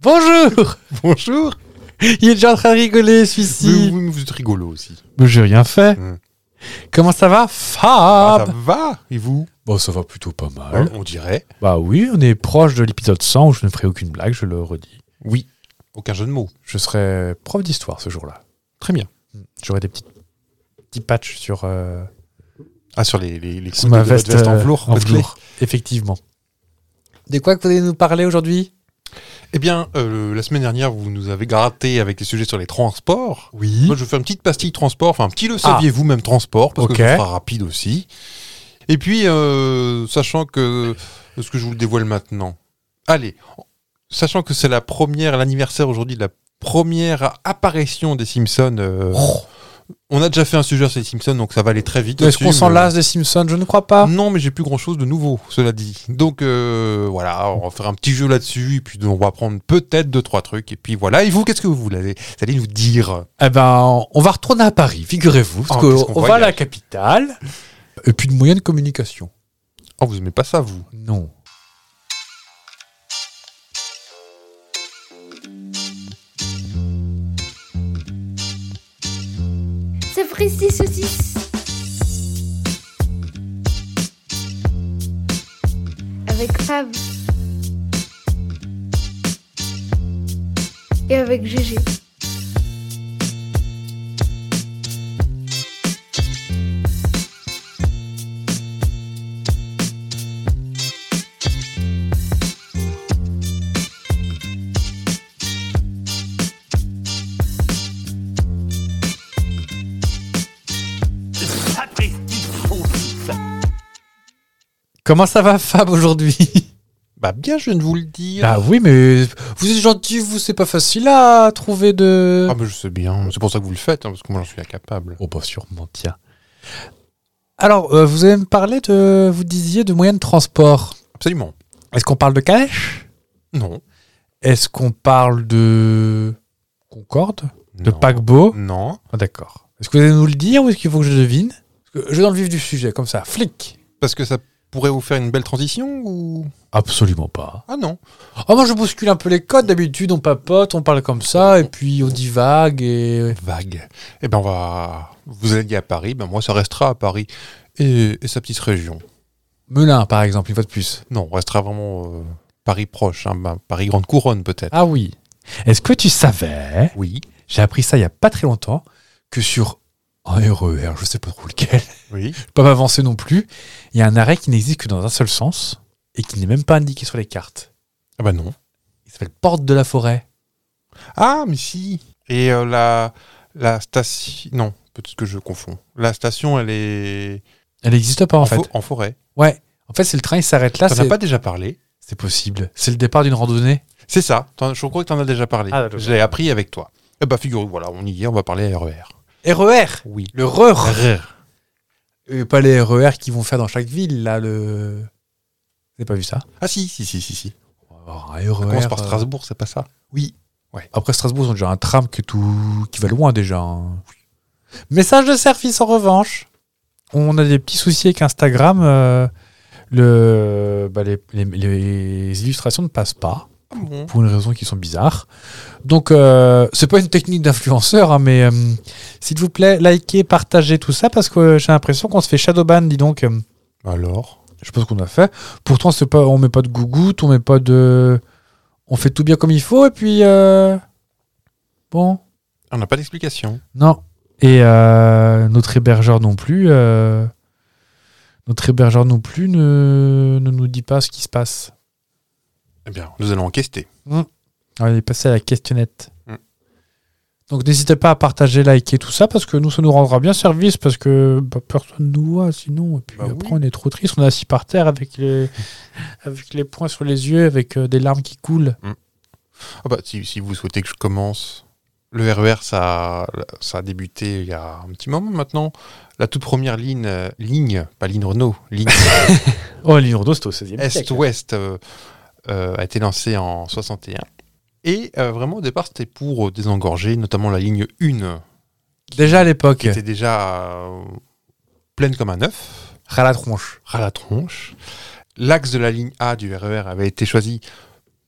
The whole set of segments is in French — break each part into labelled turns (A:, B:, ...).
A: Bonjour
B: Bonjour
A: Il est déjà en train de rigoler,
B: Mais
A: celui-ci.
B: vous, vous êtes rigolo aussi.
A: Mais j'ai rien fait.
B: Mm.
A: Comment ça va
B: Ah,
A: Fab
B: ça va Et vous Euh,
A: Bon, ça va plutôt pas mal.
B: On dirait.
A: Bah oui, on est proche de l'épisode 100 où je ne ferai aucune blague, je le redis.
B: Oui. Aucun jeu de mots.
A: Je serai prof d'histoire ce jour-là.
B: Très bien.
A: J'aurai des petites, petits patchs sur, euh,
B: Ah, sur les, les, les
A: sur
B: coudes de votre veste en
A: euh,
B: velours.
A: en
B: côtelé.
A: velours, Effectivement. De quoi que vous allez nous parler aujourd'hui
B: Eh bien, euh, la semaine dernière, vous nous avez gratté avec les sujets sur les transports.
A: Oui.
B: Moi, je vous fais une petite pastille transport, enfin un petit le
A: Ah.
B: saviez-vous même transport, parce
A: Ok.
B: que ça sera rapide aussi. Et puis, euh, sachant que ce que je vous le dévoile maintenant. Allez, sachant que c'est la première, l'anniversaire aujourd'hui de la première apparition des Simpsons. euh,
A: Oh.
B: on a déjà fait un sujet sur les Simpsons, donc ça va aller très vite.
A: Est-ce qu'on
B: là-dessus,
A: s'en
B: mais-
A: lasse des Simpsons Je ne crois pas.
B: non, mais j'ai plus grand chose de nouveau, cela dit. Donc euh, voilà, on va faire un petit jeu là-dessus, et puis on va prendre peut-être deux, trois trucs, et puis voilà. Et vous, qu'est-ce que vous voulez Vous allez nous dire
A: Eh ben, on va retourner à Paris, figurez-vous. Parce
B: Ah,
A: Oh, qu'on
B: puisqu'on
A: on va à la capitale. Et puis de moyens de communication.
B: Oh, vous aimez pas ça, vous
A: Non.
C: C'est Fristy Saucisse. Avec Fab. Et avec Gégé.
A: Comment ça va, Fab, aujourd'hui
B: Bah bien, je viens de vous le dire.
A: Ah oui, mais vous êtes gentil, vous, c'est pas facile à trouver de.
B: Ah, mais je sais bien, c'est pour ça que vous le faites, hein, parce que moi j'en suis incapable.
A: Oh, bah sûrement, tiens. Alors, euh, vous allez me parler de. Vous disiez de moyens de transport.
B: Absolument.
A: Est-ce qu'on parle de calèche
B: Non.
A: Est-ce qu'on parle de. Concorde De
B: non.
A: paquebot
B: Non.
A: Ah, D'accord. Est-ce que vous allez nous le dire ou est-ce qu'il faut que je devine Parce que Je vais dans le vif du sujet, comme ça. Flic
B: Parce que ça pourrait vous faire une belle transition ou
A: Absolument pas.
B: Ah non.
A: Oh, moi, je bouscule un peu les codes. D'habitude, on papote, on parle comme ça, et puis on divague, et.
B: Vague. Eh ben on va. Vous allez dire à Paris, ben moi ça restera à Paris et, et sa petite région.
A: Melun, par exemple, une fois de plus.
B: Non, on restera vraiment euh, Paris proche, hein, ben, Paris grande couronne peut-être.
A: Ah oui. Est-ce que tu savais,
B: Oui.
A: j'ai appris ça il n'y a pas très longtemps, que sur un RER, je sais pas trop lequel, je
B: Oui.
A: peux pas m'avancer non plus, il y a un arrêt qui n'existe que dans un seul sens et qui n'est même pas indiqué sur les cartes.
B: Ah ben non.
A: Il s'appelle Porte de la Forêt.
B: Ah mais si. Et euh, la la station. Non, peut-être que je confonds. La station, elle est
A: Elle n'existe pas en, fait.
B: fo- en Ah, forêt.
A: Ouais. En fait, c'est le train, il s'arrête là.
B: Ah, T'en as
A: C'est
B: pas déjà parlé
A: c'est possible. C'est le départ d'une randonnée.
B: C'est ça. T'en- Je crois que tu en as déjà parlé.
A: Ah, d'accord.
B: je l'ai appris avec toi. Eh ben, figurez voilà, on y est, on va parler à RER.
A: RER
B: Oui.
A: Le RER
B: RER.
A: Et Euh, Pas les RER qu'ils vont faire dans chaque ville, là, le. J'ai pas vu ça.
B: Ah si, si, si, si. si.
A: On va avoir un RER.
B: On commence par
A: euh,
B: Strasbourg, c'est pas ça
A: Après Strasbourg, ils ont déjà un tram qui, est tout... qui va loin déjà. hein. Message de service en revanche. On a des petits soucis avec Instagram. euh, le, bah, les, les- les illustrations ne passent pas
B: Ah bon
A: pour une raison qui sont bizarres. Donc, euh, c'est pas une technique d'influenceur, hein, mais euh, s'il vous plaît, likez, partagez tout ça parce que euh, j'ai l'impression qu'on se fait shadowban, dis donc. euh,
B: Alors
A: je pense qu'on a fait. Pourtant, c'est pas, on met pas de gougoute, on met pas de, on fait tout bien comme il faut et puis euh, bon,
B: On n'a pas d'explication.
A: non. Et euh, notre hébergeur non plus, euh, notre hébergeur non plus ne, ne nous dit pas ce qui se passe.
B: Eh bien, nous allons enquêter.
A: Alors, il est passé à la questionnette.
B: Mm.
A: Donc n'hésitez pas à partager, liker tout ça parce que nous ça nous rendra bien service parce que bah, personne nous voit sinon et puis
B: Bah
A: après
B: oui.
A: on est trop triste, on est assis par terre avec les avec les poings sur les yeux avec euh, des larmes qui coulent.
B: Ah bah, si, si vous souhaitez que je commence. Le RER, ça, ça a débuté il y a un petit moment maintenant. La toute première ligne, euh, ligne, pas ligne Renault, ligne
A: Oh Leonardo c'était au 16e
B: Est-Ouest euh, euh, a été lancée en 61. Et euh, vraiment, au départ, c'était pour euh, désengorger notamment la ligne 1,
A: Déjà à l'époque,
B: qui était déjà euh, pleine comme un œuf.
A: ras la tronche.
B: E ras la tronche. L'axe de la ligne A du RER avait été choisi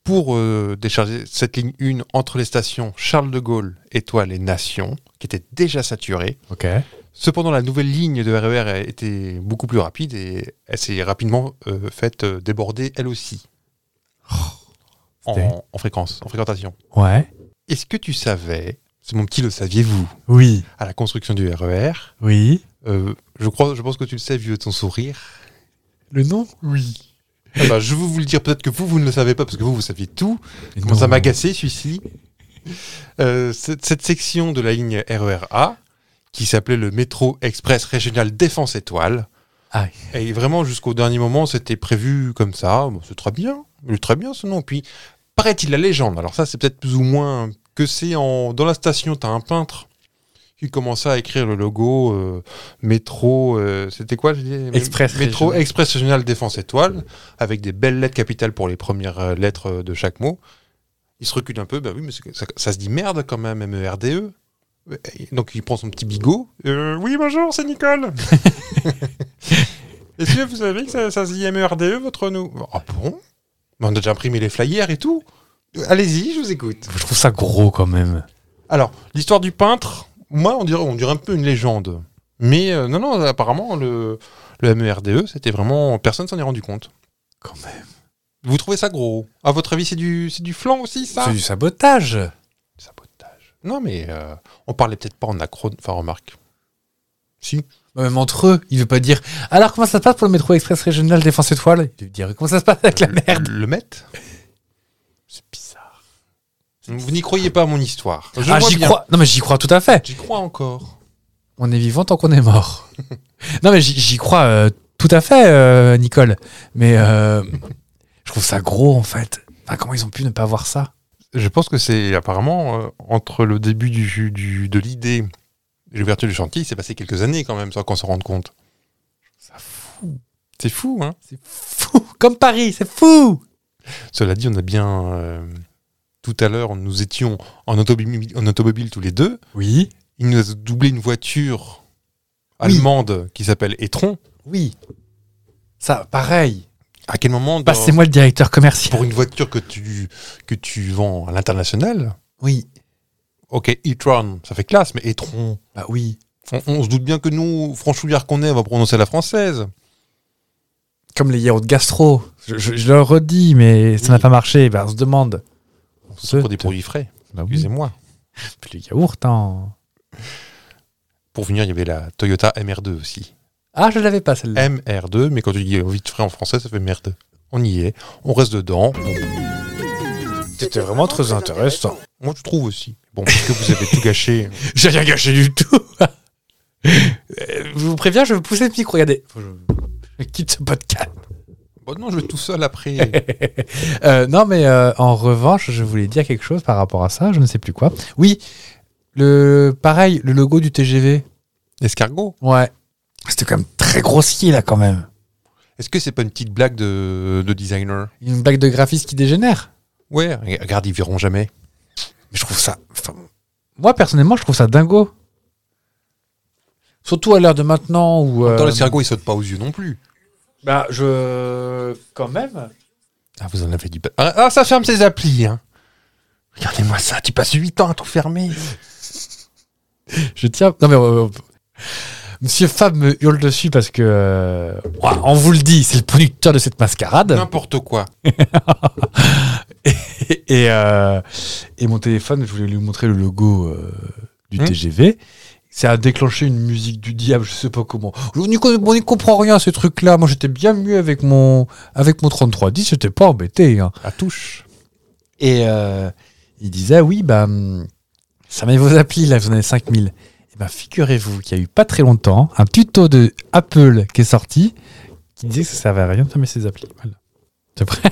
B: pour euh, décharger cette ligne 1 entre les stations Charles de Gaulle, Étoile et Nation, qui était déjà saturée.
A: Ok.
B: Cependant, la nouvelle ligne de RER a été beaucoup plus rapide et elle s'est rapidement euh, faite euh, déborder elle aussi
A: C'était-
B: en, en fréquence, en fréquentation.
A: Ouais.
B: Est-ce que tu savais, c'est mon petit le saviez-vous,
A: Oui.
B: à la construction du RER,
A: Oui.
B: euh, je, crois, je pense que tu le sais vu de ton sourire,
A: Le nom Oui.
B: Ah bah, je vais vous le dire, peut-être que vous, vous ne le savez pas, parce que vous, vous saviez tout. Comment
A: Non.
B: ça m'a agacé, celui-ci Euh, cette, cette section de la ligne RER A, qui s'appelait le métro express régional Défense Étoile.
A: Ah
B: Et vraiment, jusqu'au dernier moment, c'était prévu comme ça. Bon, c'est très bien, Il est très bien ce nom. Puis, paraît-il, la légende, alors ça, c'est peut-être plus ou moins que c'est en... dans la station, tu as un peintre qui commençait à écrire le logo euh, métro, euh, c'était quoi je dis
A: Express
B: Métro
A: régional.
B: Express Régional Défense Étoile, avec des belles lettres capitales pour les premières euh, lettres euh, de chaque mot. Il se recule un peu, ben oui, mais c'est- ça, ça se dit merde quand même, E M-E-R-D-E. Et Donc il prend son petit bigot. Euh, oui, bonjour, c'est Nicole. Est-ce que vous savez que ça, ça se dit E M-E-R-D-E, votre nous Ah bon Mais On a déjà imprimé les flyers et tout. Allez-y, je vous écoute.
A: Je trouve ça gros quand même.
B: Alors, l'histoire du peintre, moi, on dirait, on dirait un peu une légende. Mais euh, non, non, apparemment, le, le E MERDE, c'était vraiment. Personne s'en est rendu compte.
A: Quand même.
B: Vous trouvez ça gros À votre avis, c'est du, c'est du flan aussi, ça
A: C'est du sabotage.
B: Sabotage. Non, mais euh, on parlait peut-être pas en acro. Enfin, remarque. Si.
A: Bah, Même entre eux, il veut pas dire. Alors comment ça se passe pour le métro express régional défense étoile Il veut dire comment ça se passe avec la Ah, merde.
B: Le, le Met
A: C'est bizarre.
B: Vous n'y croyez pas à mon histoire. Je
A: ah
B: vois
A: j'y
B: bien.
A: crois. Non mais j'y crois tout à fait.
B: J'y crois encore.
A: On est vivant tant qu'on est mort. non mais j'y j'y crois euh, tout à fait, euh, Nicole. Mais euh, je trouve ça gros en fait. Enfin, comment ils ont pu ne pas voir ça
B: Je pense que c'est apparemment euh, entre le début du, du- de l'idée et l'ouverture du chantier, il s'est passé quelques années quand même sans qu'on s'en rende compte.
A: Ça fou.
B: C'est fou, hein
A: C'est fou. Comme Paris, c'est fou.
B: Cela dit, on a bien. euh, tout à l'heure, nous étions en automobile, en automobile tous les deux.
A: Oui.
B: Il nous a doublé une voiture
A: Oui.
B: allemande qui s'appelle Etron.
A: Oui. Ça, pareil.
B: À quel moment, dans-
A: Passez-moi le directeur commercial.
B: pour une voiture que tu, que tu vends à l'international,
A: Oui.
B: ok, Etron, ça fait classe, mais Etron,
A: Bah oui.
B: on, on se doute bien que nous, franchouillards qu'on est, on va prononcer la française.
A: Comme les yaourts gastro. Je, je- je le redis, mais ça
B: Oui.
A: n'a pas marché. Bah, on se demande. On se
B: Pour des produits frais,
A: Bah oui.
B: excusez-moi.
A: Plus de yaourt, hein.
B: Pour finir, il y avait la Toyota MR2 aussi.
A: Ah, je l'avais pas celle-là.
B: MR2, mais quand tu dis vite frais en français, ça fait merde. On y est, on reste dedans, on
A: Eh, C'était vraiment très intéressant.
B: Moi, je trouve aussi. Bon, parce que vous avez tout gâché.
A: J'ai rien gâché du tout. Euh, je vous préviens, je vais pousser le micro. Regardez. Faut que Je je quitte ce podcast.
B: Bon, non, je vais tout seul après.
A: Euh, non, mais euh, en revanche, je voulais dire quelque chose par rapport à ça. Je ne sais plus quoi. Oui, le pareil, le logo du TGV.
B: Escargot
A: Ouais. C'était quand même très grossier, là, quand même.
B: Est-ce que c'est pas une petite blague de, de designer
A: Une blague de graphiste qui dégénère.
B: Ouais, regarde, ils verront jamais.
A: Mais je trouve ça. enfin, moi, personnellement, je trouve ça dingo. Surtout à l'heure de maintenant où.
B: Dans
A: euh,
B: l'escargot, ils sautent pas aux yeux non plus.
A: bah, je. Quand même.
B: Ah, vous en avez du. ba- Ah, ah, ça ferme ses applis, hein. Regardez-moi ça, tu passes 8 ans à tout fermer.
A: Je tiens. Non, mais. euh, Monsieur Fab me hurle dessus parce que. euh, ouah, on vous le dit, c'est le producteur de cette mascarade.
B: N'importe quoi.
A: Et, et, euh, et mon téléphone, je voulais lui montrer le logo euh, du
B: Hmm.
A: TGV. Ça a déclenché une musique du diable, je sais pas comment. On n'y co- on n'y comprend rien à ces trucs-là. Moi, j'étais bien mieux avec mon, avec mon 3310, j'étais pas embêté. hein.
B: À touche.
A: Et euh, il disait, oui, bah, hum, ça met vos applis, là, vous en avez 5000. Et ben, figurez-vous qu'il y a eu pas très longtemps un tuto de Apple qui est sorti qui disait que ça servait à rien de fermer ses applis. Voilà. C'est vrai.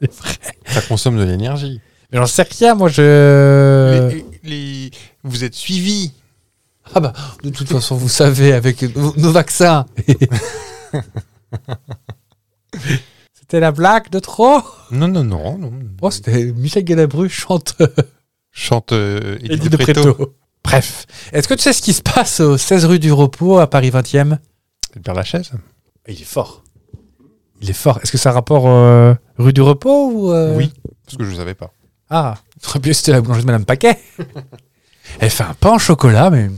A: C'est vrai.
B: Ça consomme de l'énergie.
A: Mais j'en sais rien, moi, je.
B: Les- les- Vous êtes suivis.
A: Ah bah, de toute façon, vous savez, avec nos nos vaccins. c'était la blague de trop
B: Non, non, non. non.
A: Oh, c'était Michel Galabru, chanteur
B: Chante euh, Eddie,
A: Eddie
B: de
A: de
B: Pretto.
A: Pretto. Bref, est-ce que tu sais ce qui se passe au 16 rue du Repos à Paris 20e
B: Elle perd la chaise.
A: Il est fort. Il est fort. Est-ce que c'est un rapport euh, rue du repos ou euh,
B: Oui, parce que je ne savais pas.
A: Ah, très bien, c'était la boulangerie de Madame Paquet. Elle fait un pain au chocolat, mais.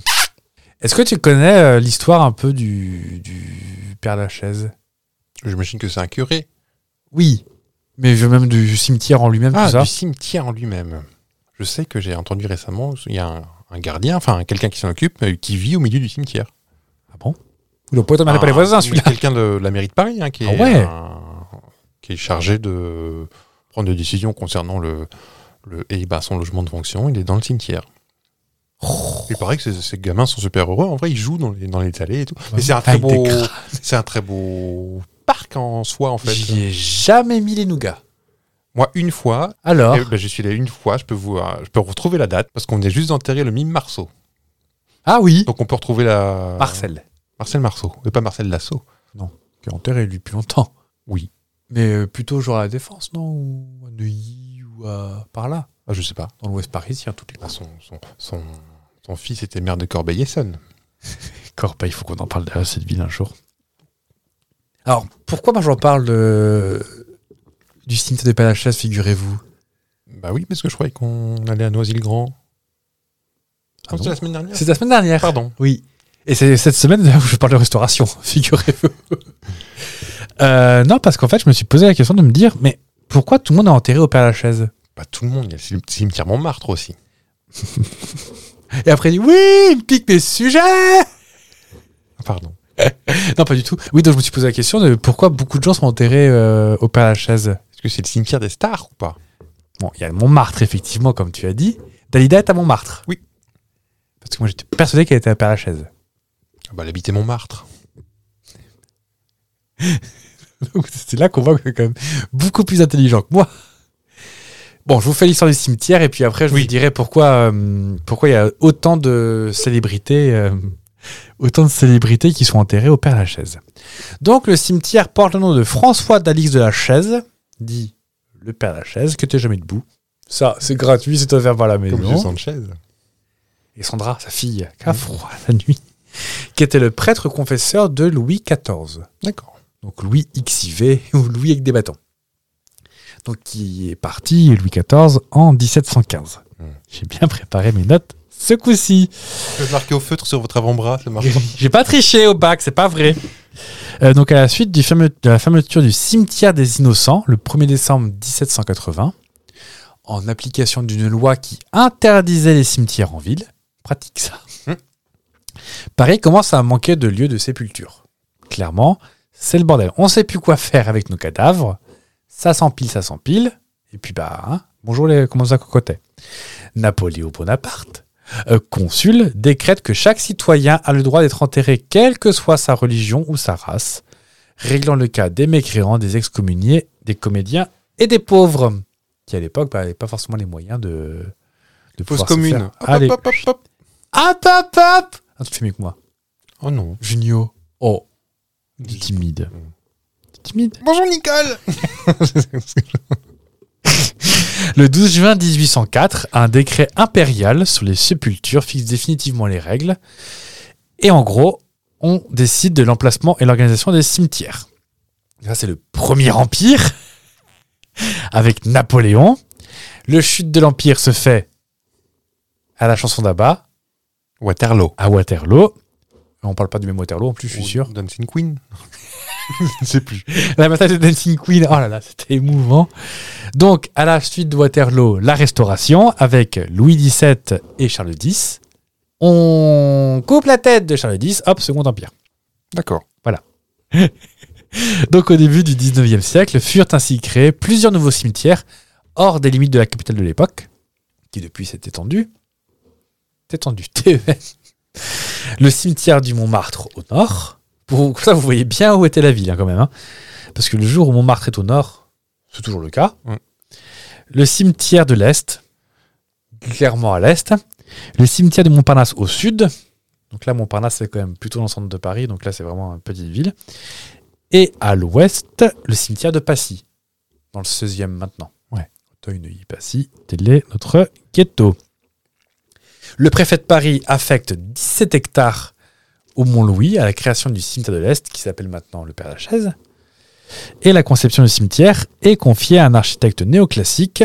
A: Est-ce que tu connais euh, l'histoire un peu du, du Père Lachaise
B: J'imagine que c'est un curé.
A: Oui. Mais je- même du cimetière en lui-même,
B: Ah,
A: tout ça.
B: du cimetière en lui-même. Je sais que j'ai entendu récemment, il y a un, un gardien, enfin quelqu'un qui s'en occupe, euh, qui vit au milieu du cimetière.
A: Ah bon Ou le poète en Ah, pas les
B: Un-
A: voisins, celui-là.
B: mais Quelqu'un de, la mairie de Paris, hein, qui, est
A: Ah ouais.
B: un- qui est chargé de prendre des décisions concernant le, le eh ben, son logement de fonction. Il est dans le cimetière.
A: Oh.
B: Il paraît que ces, ces gamins sont super heureux. En vrai, ils jouent dans les, dans les allées et tout. Mais c'est un très
A: Avec des
B: beau,
A: crânes.
B: c'est un très beau parc en soi, en fait.
A: J'y ai jamais mis les nougats.
B: Moi, une fois,
A: Alors,
B: eh ben, je suis allé une fois. Je peux vous, euh, je peux retrouver la date parce qu'on est juste enterré le mime Marceau.
A: ah oui,
B: Donc on peut retrouver
A: euh,
B: la
A: Marcel,
B: Marcel Marceau, et pas Marcel Lasso.
A: qui est enterré lui depuis longtemps.
B: Oui.
A: Mais euh, plutôt genre à la Défense, non Ou à Neuilly, ou à... par là,
B: Ah, je sais pas.
A: dans l'Ouest parisien, toutes les
B: Ah, son, son, son, son fils était maire de Corbeil-Essonne.
A: Corbeil, il faut qu'on en parle de cette ville un jour. Alors, pourquoi moi j'en parle de- du cimetière des Palachaise, figurez-vous
B: Bah oui, parce que je croyais qu'on allait à Noisy-le-Grand.
A: Ah bon
B: c'est la semaine dernière
A: C'est la semaine dernière.
B: Pardon.
A: Oui. Et c'est cette semaine où je parle de restauration, figurez-vous. Euh, non, parce qu'en fait, je me suis posé la question de me dire, mais pourquoi tout le monde est enterré au Père Lachaise
B: Pas Bah, tout le monde, il y a le cim- cimetière Montmartre aussi.
A: Et après, il dit, oui, il me pique mes sujets
B: Ah, Pardon.
A: Non, pas du tout. Oui, donc je me suis posé la question de pourquoi beaucoup de gens sont enterrés euh, au Père Lachaise.
B: Est-ce que c'est le cimetière des stars ou pas
A: Bon, il y a Montmartre, effectivement, comme tu as dit. Dalida est à Montmartre.
B: Oui.
A: Parce que moi, j'étais persuadé qu'elle était à Père Lachaise.
B: Ah Bah elle habitait Montmartre.
A: Donc, c'est là qu'on voit que c'est quand même beaucoup plus intelligent que moi. Bon, je vous fais l'histoire du cimetière et puis après, je
B: Oui.
A: vous dirai pourquoi euh, pourquoi il y a autant de célébrités, euh, autant de célébrités qui sont enterrées au Père Lachaise. Donc, le cimetière porte le nom de François d'Alix de la Chaise, dit le Père Lachaise, que t'es jamais debout. Ça, c'est gratuit, c'est offert par la maison.
B: Comme Dieu Sanchez.
A: et Sandra, sa fille, qui a froid la nuit, qui était le prêtre confesseur de Louis XIV.
B: D'accord.
A: Donc Louis XIV ou Louis avec des bâtons. Donc qui est parti, Louis XIV, en 1715.
B: Mm.
A: J'ai bien préparé mes notes ce coup-ci.
B: Je vais marquer au feutre sur votre avant-bras, ça marche. pas.
A: J'ai pas triché au bac, c'est pas vrai. Euh, donc à la suite du fameux- de la fermeture du cimetière des innocents, le 1er décembre 1780, en application d'une loi qui interdisait les cimetières en ville, pratique ça,
B: Hmm.
A: Paris commence à manquer de lieux de sépulture. Clairement, c'est le bordel. On sait plus quoi faire avec nos cadavres, ça s'empile, ça s'empile, et puis bah, hein, bonjour les comment ça cocotait. Napoléon Bonaparte euh, consul décrète que chaque citoyen a le droit d'être enterré quelle que soit sa religion ou sa race, réglant le cas des mécréants, des excommuniés, des comédiens et des pauvres, qui à l'époque bah, n'avaient pas forcément les moyens de... de
B: Fausse
A: pouvoir se
B: commune.
A: faire.
B: Hop,
A: Allez.
B: hop, hop, hop, hop.
A: Hop, hop, hop Ah, tu fais mieux que moi.
B: Oh non.
A: Junio. Oh, il est timide.
B: Mm.
A: Il est timide.
B: Bonjour Nicole
A: Le 12 juin 1804, un décret impérial sur les sépultures fixe définitivement les règles. Et en gros, on décide de l'emplacement et l'organisation des cimetières. Ça, c'est le premier empire avec Napoléon. Le chute de l'empire se fait à la chanson d'Abba,
B: Waterloo.
A: à Waterloo. On parle pas du même Waterloo en plus, je suis sûr.
B: Ou Dancing Queen Je ne sais plus.
A: La bataille de Dancing Queen, oh là là, c'était émouvant. Donc, à la suite de Waterloo, la restauration avec Louis XVII et Charles X. On coupe la tête de Charles X, hop, Second Empire.
B: D'accord.
A: Donc, au début du 19e siècle, furent ainsi créés plusieurs nouveaux cimetières hors des limites de la capitale de l'époque, qui depuis s'est étendue. C'est étendue, TEN. Le cimetière du Montmartre au nord. Pour, comme ça, vous voyez bien où était la ville, hein, quand même. hein. Parce que le jour où Montmartre est au nord, c'est toujours le cas.
B: Ouais.
A: Le cimetière de l'Est, clairement à l'Est. Le cimetière de Montparnasse au sud. Donc là, Montparnasse, c'est quand même plutôt dans le centre de Paris. Donc là, c'est vraiment une petite ville. Et à l'ouest, le cimetière de Passy, dans le 16e maintenant. Ouais. Auteuil, Neuilly, Passy, tel est notre ghetto. Le préfet de Paris affecte 17 hectares au Mont-Louis à la création du cimetière de l'Est qui s'appelle maintenant le Père-Lachaise. Et la conception du cimetière est confiée à un architecte néoclassique,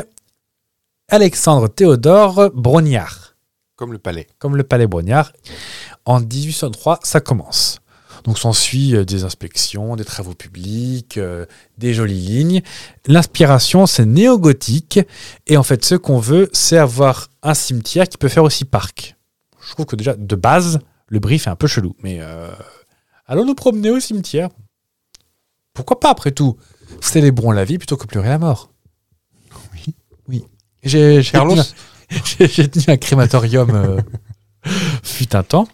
A: Alexandre Théodore Brognard
B: Comme le palais.
A: comme le Palais Brognard. En 1803, ça commence. Donc s'ensuit euh, des inspections, des travaux publics, euh, des jolies lignes. L'inspiration, c'est néo-gothique. Et en fait, ce qu'on veut, c'est avoir un cimetière qui peut faire aussi parc. Je trouve que déjà, de base, le brief est un peu chelou. Mais euh, allons nous promener au cimetière. Pourquoi pas, après tout Célébrons la vie plutôt que pleurer la mort.
B: Oui.
A: Oui. J'ai j'ai
B: Carlos
A: tenu un- J'ai j'ai tenu un crématorium euh, fut un temps.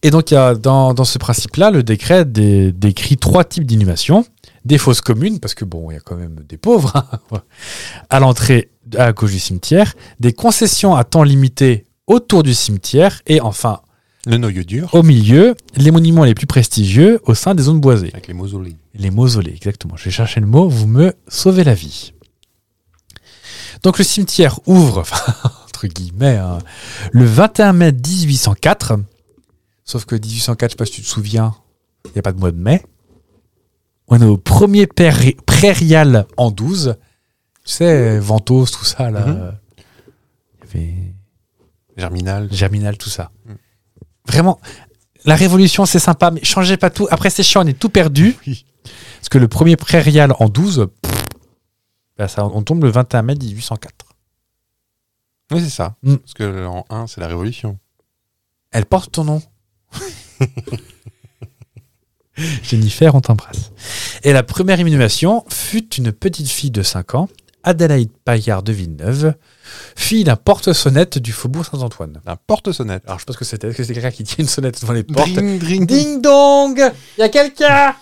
A: Et donc, il y a dans, dans ce principe-là, le décret dé- décrit trois types d'inhumations. Des fosses communes, parce que bon, il y a quand même des pauvres, hein, à l'entrée, à la gauche du cimetière. Des concessions à temps limité autour du cimetière. Et enfin,
B: Le noyau dur.
A: au milieu, les monuments les plus prestigieux au sein des zones boisées.
B: Avec les mausolées.
A: Les mausolées, exactement. J'ai cherché le mot, vous me sauvez la vie. Donc le cimetière ouvre, enfin, entre guillemets, hein, le 21 mai 1804. Sauf que 1804, je sais pas si tu te souviens, il n'y a pas de mois de mai. On est au premier prairie- prairial en 12. Tu sais, Ventos, tout ça, là.
B: Mhm.
A: Il y avait
B: Germinal.
A: Germinal, tout ça.
B: Mm.
A: Vraiment, la révolution, c'est sympa, mais changez pas tout. Après, c'est chiant, on est tout perdu.
B: Oui.
A: Parce que le premier prairial en 12, pff, bah, ça, on tombe le 21 mai 1804.
B: Oui, c'est ça.
A: Mm.
B: Parce que en 1, c'est la révolution.
A: Elle porte ton nom. Jennifer, on t'embrasse. Et la première inhumation fut une petite fille de 5 ans, Adélaïde Paillard de Villeneuve, fille d'un porte-sonnette du faubourg Saint-Antoine.
B: Un porte-sonnette.
A: Alors, je pense que c'était est-ce que c'est quelqu'un qui tient une sonnette devant les portes.
B: Dring, dring, dring.
A: Ding dong Il y a quelqu'un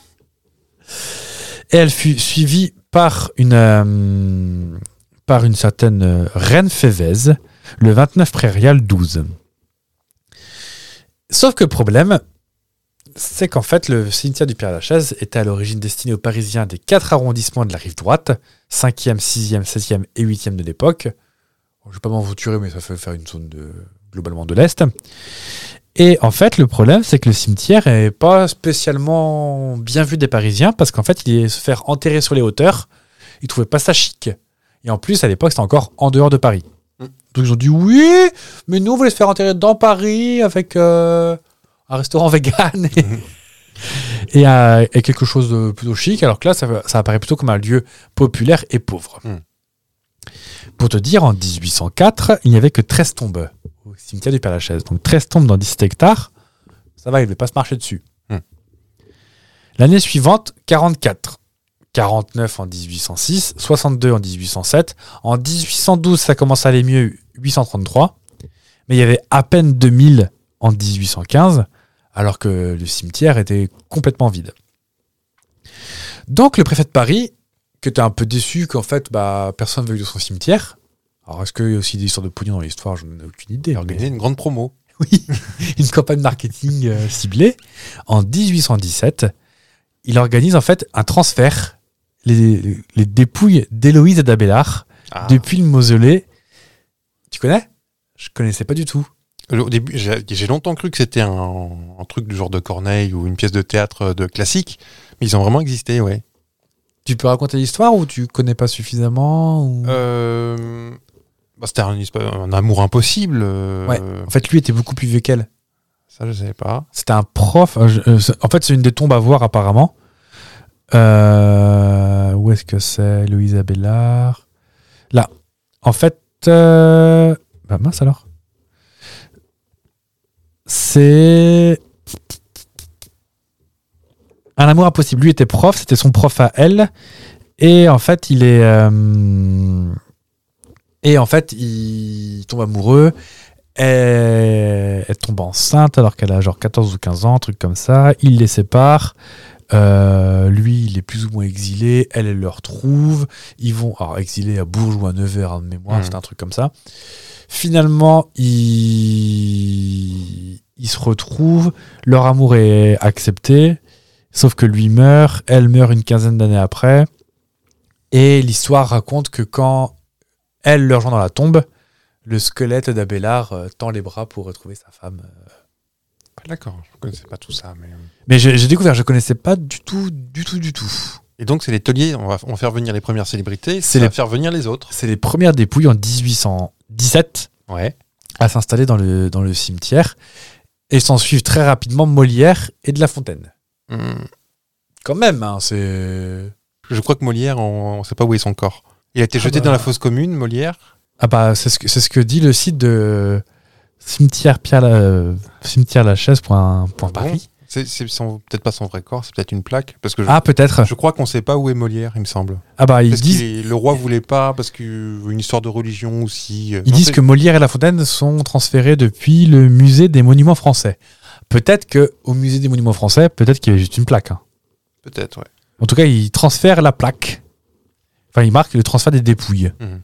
A: Et elle fut suivie par une, euh, par une certaine euh, reine Févèze, le 29 prairial 12. Sauf que problème, c'est qu'en fait, le cimetière du Père-Lachaise était à l'origine destiné aux Parisiens des quatre arrondissements de la rive droite, 5e, 6e, 16e et 8e de l'époque. Je ne vais pas m'aventurer, mais ça fait faire une zone de, globalement de l'Est. Et en fait, le problème, c'est que le cimetière est pas spécialement bien vu des Parisiens parce qu'en fait, il est se faire enterrer sur les hauteurs. Ils trouvaient pas ça chic. Et en plus, à l'époque, c'était encore en dehors de Paris.
B: Mm.
A: Donc ils ont dit oui, mais nous, on voulait se faire enterrer dans Paris avec euh, un restaurant vegan et,
B: Mm.
A: et, euh, et quelque chose de plutôt chic. Alors que là, ça, ça apparaît plutôt comme un lieu populaire et pauvre.
B: Mm.
A: Pour te dire, en 1804, il n'y avait que 13 tombes au cimetière du Père-Lachaise. Donc 13 tombes dans 17 hectares, ça va, il ne va pas se marcher dessus.
B: Hmm.
A: L'année suivante, 44. 49 en 1806, 62 en 1807. En 1812, ça commence à aller mieux, 833. Mais il y avait à peine 2000 en 1815, alors que le cimetière était complètement vide. Donc le préfet de Paris, qui était un peu déçu qu'en fait bah, personne ne veuille de son cimetière, alors est-ce qu'il y a aussi des histoires de pognon dans l'histoire Je n'en ai aucune idée. mais-
B: Organiser une grande promo.
A: oui, une campagne marketing euh, ciblée. En 1817, il organise en fait un transfert, les, les dépouilles d'Héloïse et d'Abélard
B: Ah.
A: depuis le mausolée. Tu connais Je connaissais pas du tout.
B: Au début, j'ai j'ai longtemps cru que c'était un, un truc du genre de Corneille ou une pièce de théâtre euh, de classique, mais ils ont vraiment existé, ouais.
A: Tu peux raconter l'histoire ou tu connais pas suffisamment ou-
B: Euh, bah, c'était un, esp- un amour impossible. euh,
A: Ouais. En fait, lui était beaucoup plus vieux qu'elle.
B: Ça, je savais pas.
A: C'était un prof. euh, je- euh, c'est- en fait, c'est une des tombes à voir apparemment. Euh, où est-ce que c'est Louise Abélard Là. En fait. euh, bah mince alors. C'est. Un amour impossible. Lui était prof, c'était son prof à elle. Et en fait, il est. euh, et en fait, il tombe amoureux elle, elle tombe enceinte alors qu'elle a genre 14 ou 15 ans, un truc comme ça. Il les sépare. Euh, lui, il est plus ou moins exilé. Elle, elle le retrouve. Ils vont, alors exilé à Bourges ou à Nevers, hein, de mémoire,
B: Mhm.
A: c'est un truc comme ça. Finalement, ils, ils se retrouvent. Leur amour est accepté. Sauf que lui meurt. Elle meurt une quinzaine d'années après. Et l'histoire raconte que quand elle le rejoint dans la tombe, le squelette d'Abélard euh, tend les bras pour retrouver sa femme.
B: D'accord, je connaissais pas tout ça, mais.
A: Mais j'ai j'ai découvert, je connaissais pas du tout, du tout, du tout.
B: Et donc, c'est les tauliers, on va, on va faire venir les premières célébrités,
A: C'est
B: c'est les...
A: les-
B: faire venir les autres.
A: C'est les premières dépouilles en 1817
B: Ouais.
A: à s'installer dans le, dans le cimetière. Et s'en suivent très rapidement Molière et de La Fontaine.
B: Hum,
A: Quand même, hein, c'est.
B: Je crois que Molière, on ne sait pas où est son corps. Il a été
A: Ah
B: jeté
A: bah.
B: dans la fosse commune, Molière.
A: Ah bah, c'est ce, que- c'est ce que dit le site de cimetière Pierre La, euh, cimetière Lachaise pour un- pour un
B: Ah bon
A: Paris.
B: C'est c'est son- peut-être pas son vrai corps, c'est peut-être une plaque. Parce que je,
A: Ah, peut-être.
B: je crois qu'on ne sait pas où est Molière, il me semble.
A: Ah bah, ils
B: Parce
A: disent,
B: qu'il est- le roi voulait pas, parce qu'une histoire de religion aussi. euh,
A: ils disent que Molière et La Fontaine sont transférés depuis le musée des monuments français. Peut-être que au musée des monuments français, peut-être qu'il y avait juste une plaque. hein.
B: Peut-être, ouais.
A: En tout cas, ils transfèrent la plaque. Enfin, ils marquent le transfert des dépouilles.
B: Mhm.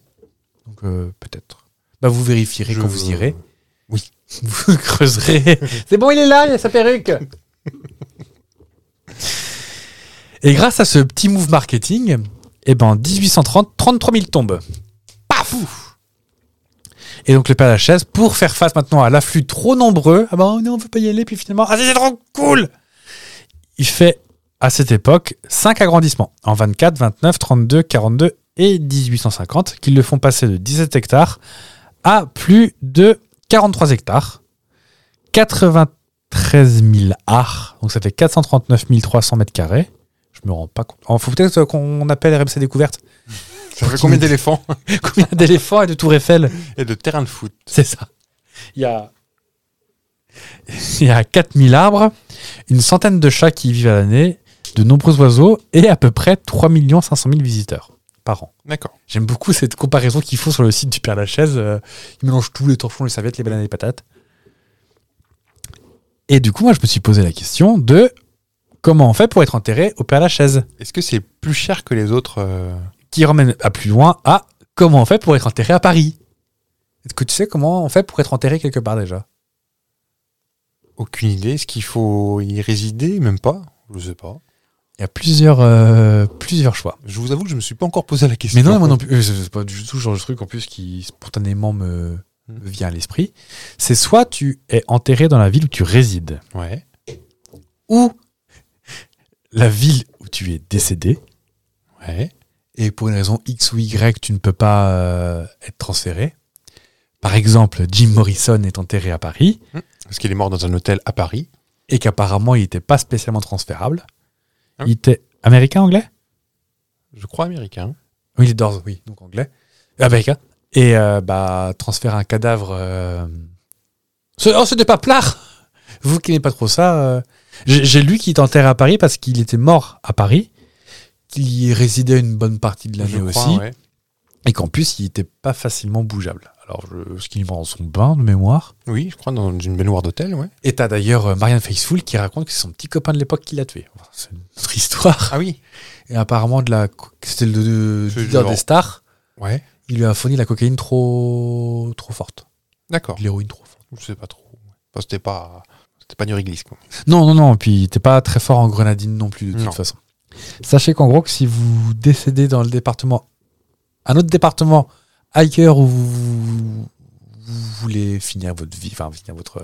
A: Donc, euh, peut-être. Bah, vous vérifierez
B: Je-
A: quand vous irez.
B: Oui.
A: Vous creuserez. C'est bon, il est là, il a sa perruque. Et grâce à ce petit move marketing, eh ben, en 1830, 33 000 tombes. Paf Et donc le Père Lachaise, pour faire face maintenant à l'afflux trop nombreux, ah ben oh non, on ne veut pas y aller, puis finalement, ah c'est trop cool Il fait à cette époque 5 agrandissements, en 24, 29, 32, 42 et 1850, qui le font passer de 17 hectares à plus de 43 hectares, 93 000 arts, donc ça fait 439 300 mètres carrés. Je me rends pas compte. Il faut peut-être qu'on appelle RMC Découverte.
B: Ça fait combien d'éléphants
A: Combien d'éléphants et de tours Eiffel
B: et de terrain de foot
A: C'est ça. Il y a. Il y a 4000 arbres, une centaine de chats qui y vivent à l'année, de nombreux oiseaux et à peu près 3 500 000 visiteurs par an.
B: D'accord.
A: J'aime beaucoup cette comparaison qu'ils font sur le site du Père Lachaise. euh, ils mélangent tout, les torchons, les serviettes, les bananes, les patates. Et du coup, moi, je me suis posé la question de comment on fait pour être enterré au Père Lachaise
B: Est-ce que c'est plus cher que les autres euh,
A: qui ramène à plus loin à comment on fait pour être enterré à Paris. Est-ce que tu sais comment on fait pour être enterré quelque part déjà
B: Aucune idée. Est-ce qu'il faut y résider Même pas. Je sais pas.
A: Il y a plusieurs, euh, plusieurs choix.
B: Je vous avoue que je me suis pas encore posé la question.
A: Mais non, moi non plus, euh, c'est c'est pas du tout le genre de truc en plus qui spontanément me,
B: Hmm.
A: me vient à l'esprit. C'est soit tu es enterré dans la ville où tu résides,
B: Ouais.
A: ou la ville où tu es décédé,
B: Ouais.
A: et pour une raison X ou Y, tu ne peux pas euh, être transféré. Par exemple, Jim Morrison est enterré à Paris,
B: Parce qu'il est mort dans un hôtel à Paris.
A: et qu'apparemment il n'était pas spécialement transférable.
B: Ah oui.
A: Il était américain, anglais
B: Je crois américain.
A: Oui, il est d'ores, oui, donc anglais. Euh, Américain. Et euh, bah, transférer un cadavre. euh, Ce, oh, ce n'est pas plard Vous qui n'aimez pas trop ça. euh, J'ai j'ai lu qu'il était enterré à Paris parce qu'il était mort à Paris, qu'il y résidait une bonne partie de l'année
B: je
A: aussi,
B: crois, ouais.
A: et qu'en plus il n'était pas facilement bougeable. Alors, je, ce qu'il met dans son bain de mémoire.
B: Oui, je crois dans une baignoire d'hôtel, ouais.
A: Et t'as d'ailleurs euh, Marianne Faithfull qui raconte que c'est son petit copain de l'époque qui l'a tué. Enfin, c'est une autre histoire.
B: Ah oui.
A: Et apparemment, de la co- c'était le le
B: C'est
A: leader
B: genre-
A: des stars.
B: Ouais.
A: Il lui a fourni la cocaïne trop, trop forte.
B: D'accord.
A: De L'héroïne trop forte.
B: Je sais pas trop. Enfin, c'était pas. C'était pas une église, quoi.
A: Non, non, non. Puis t'es pas très fort en grenadine non plus, de
B: Non.
A: toute façon. Sachez qu'en gros, que si vous décédez dans le département, un autre département ailleurs où vous, vous voulez finir votre vie, enfin, finir votre.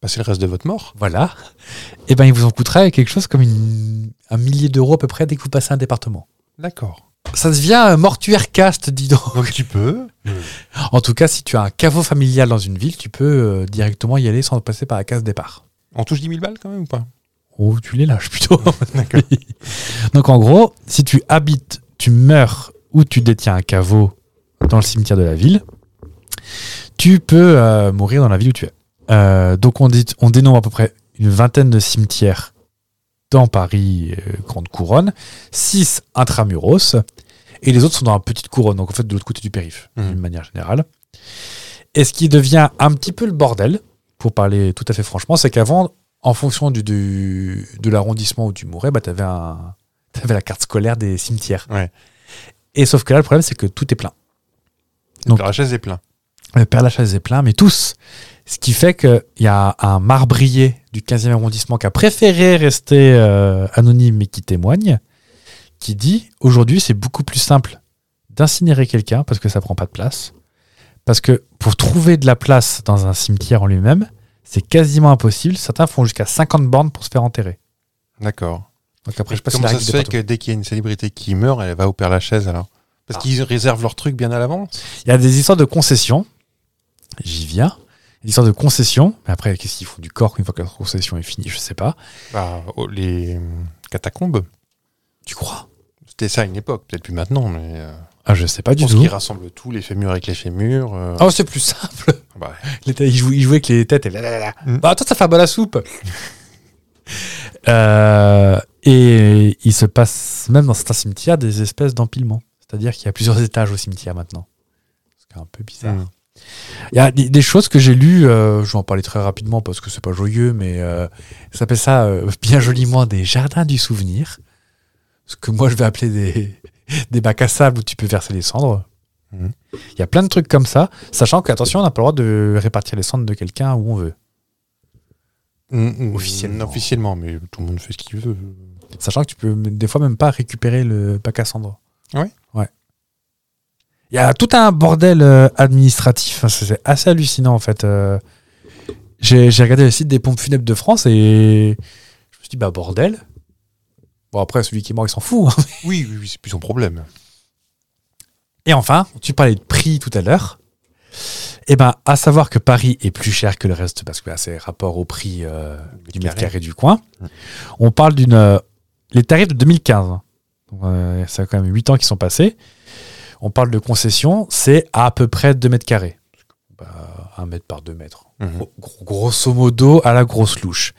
B: Passer Bah, le reste de votre mort.
A: Voilà. Et ben, il vous en coûterait quelque chose comme une- un millier d'euros à peu près dès que vous passez un département.
B: D'accord.
A: Ça devient un mortuaire caste, dis donc.
B: Donc tu peux.
A: En tout cas, si tu as un caveau familial dans une ville, tu peux euh, directement y aller sans passer par la case départ.
B: On touche 10 000 balles quand même ou pas
A: Oh, tu les lâches plutôt.
B: D'accord.
A: Donc en gros, si tu habites, tu meurs ou tu détiens un caveau dans le cimetière de la ville, tu peux euh, mourir dans la ville où tu es. Euh, donc on, dit, on dénombre à peu près une vingtaine de cimetières dans Paris euh, Grande Couronne, 6 intramuros, et les autres sont dans la petite couronne, donc en fait de l'autre côté du périph',
B: Mhm.
A: d'une manière générale. Et ce qui devient un petit peu le bordel, pour parler tout à fait franchement, c'est qu'avant, en fonction du, du- de l'arrondissement où tu mourais, bah, tu avais, la carte scolaire des cimetières.
B: Ouais.
A: Et sauf que là, le problème, c'est que tout est plein. Donc-
B: la chaise est plein.
A: Le Père Lachaise est plein, mais tous. Ce qui fait qu'il y a un marbrier du 15e arrondissement qui a préféré rester euh, anonyme mais qui témoigne, qui dit aujourd'hui c'est beaucoup plus simple d'incinérer quelqu'un parce que ça prend pas de place. Parce que pour trouver de la place dans un cimetière en lui-même, c'est quasiment impossible. Certains font jusqu'à 50 bornes pour se faire enterrer.
B: D'accord.
A: Donc après,
B: Et
A: je sais pas si
B: comment
A: la
B: ça
A: règle
B: se
A: des
B: fait
A: patos-
B: que dès qu'il y a une célébrité qui meurt, elle va au Père Lachaise alors Parce qu'ils réservent leur truc bien à l'avance.
A: Il y a des histoires de concessions. J'y viens. Des histoires de concessions. Mais après, qu'est-ce qu'ils font du corps une fois que la concession est finie Je sais pas.
B: Bah, oh, les euh, catacombes,
A: Tu crois
B: c'était ça à une époque, peut-être plus maintenant, mais euh,
A: Ah, je sais pas
B: je
A: du
B: pense qu'ils
A: tout.
B: rassemblent tout, les fémurs avec les fémurs. euh,
A: Oh, c'est plus simple.
B: bah,
A: Les têtes- ils, jouaient, ils jouaient avec les têtes et là, là, là, là.
B: Mm.
A: Bah, toi, ça fait un bol à soupe. Euh, et il se passe, même dans certains cimetières, des espèces d'empilements. C'est-à-dire qu'il y a plusieurs étages au cimetière maintenant. C'est un peu bizarre.
B: Mm.
A: Il y a des, des choses que j'ai lues, euh, je vais en parler très rapidement parce que c'est pas joyeux, mais euh, ça s'appelle ça euh, bien joliment des jardins du souvenir. Ce que moi je vais appeler des, des bacs à sable où tu peux verser les cendres. Il
B: Mhm.
A: y a plein de trucs comme ça, sachant qu'attention, on n'a pas le droit de répartir les cendres de quelqu'un où on veut.
B: mm, mm,
A: Officiellement.
B: Officiellement, mais tout le monde fait ce qu'il veut.
A: Sachant que tu peux des fois même pas récupérer le bac à cendres.
B: Ah ouais
A: Ouais. Il y a tout un bordel euh, administratif. Enfin, C'est c'est assez hallucinant en fait. Euh, J'ai j'ai regardé le site des pompes funèbres de France et je me suis dit, bah bordel. Bon, après, celui qui est mort, il s'en fout. hein.
B: Oui, oui, oui, c'est plus son problème.
A: Et enfin, tu parlais de prix tout à l'heure. Eh ben, à savoir que Paris est plus cher que le reste parce que là, c'est rapport au prix euh, du mètre carré du coin.
B: Mm.
A: On parle d'une. euh, les tarifs de 2015. hein. Donc, euh, ça a quand même 8 ans qui sont passés. On parle de concession, c'est à peu près 2 mètres carrés. Bah, 1 mètre par 2 mètres.
B: Mhm.
A: Gros- grosso modo à la grosse louche.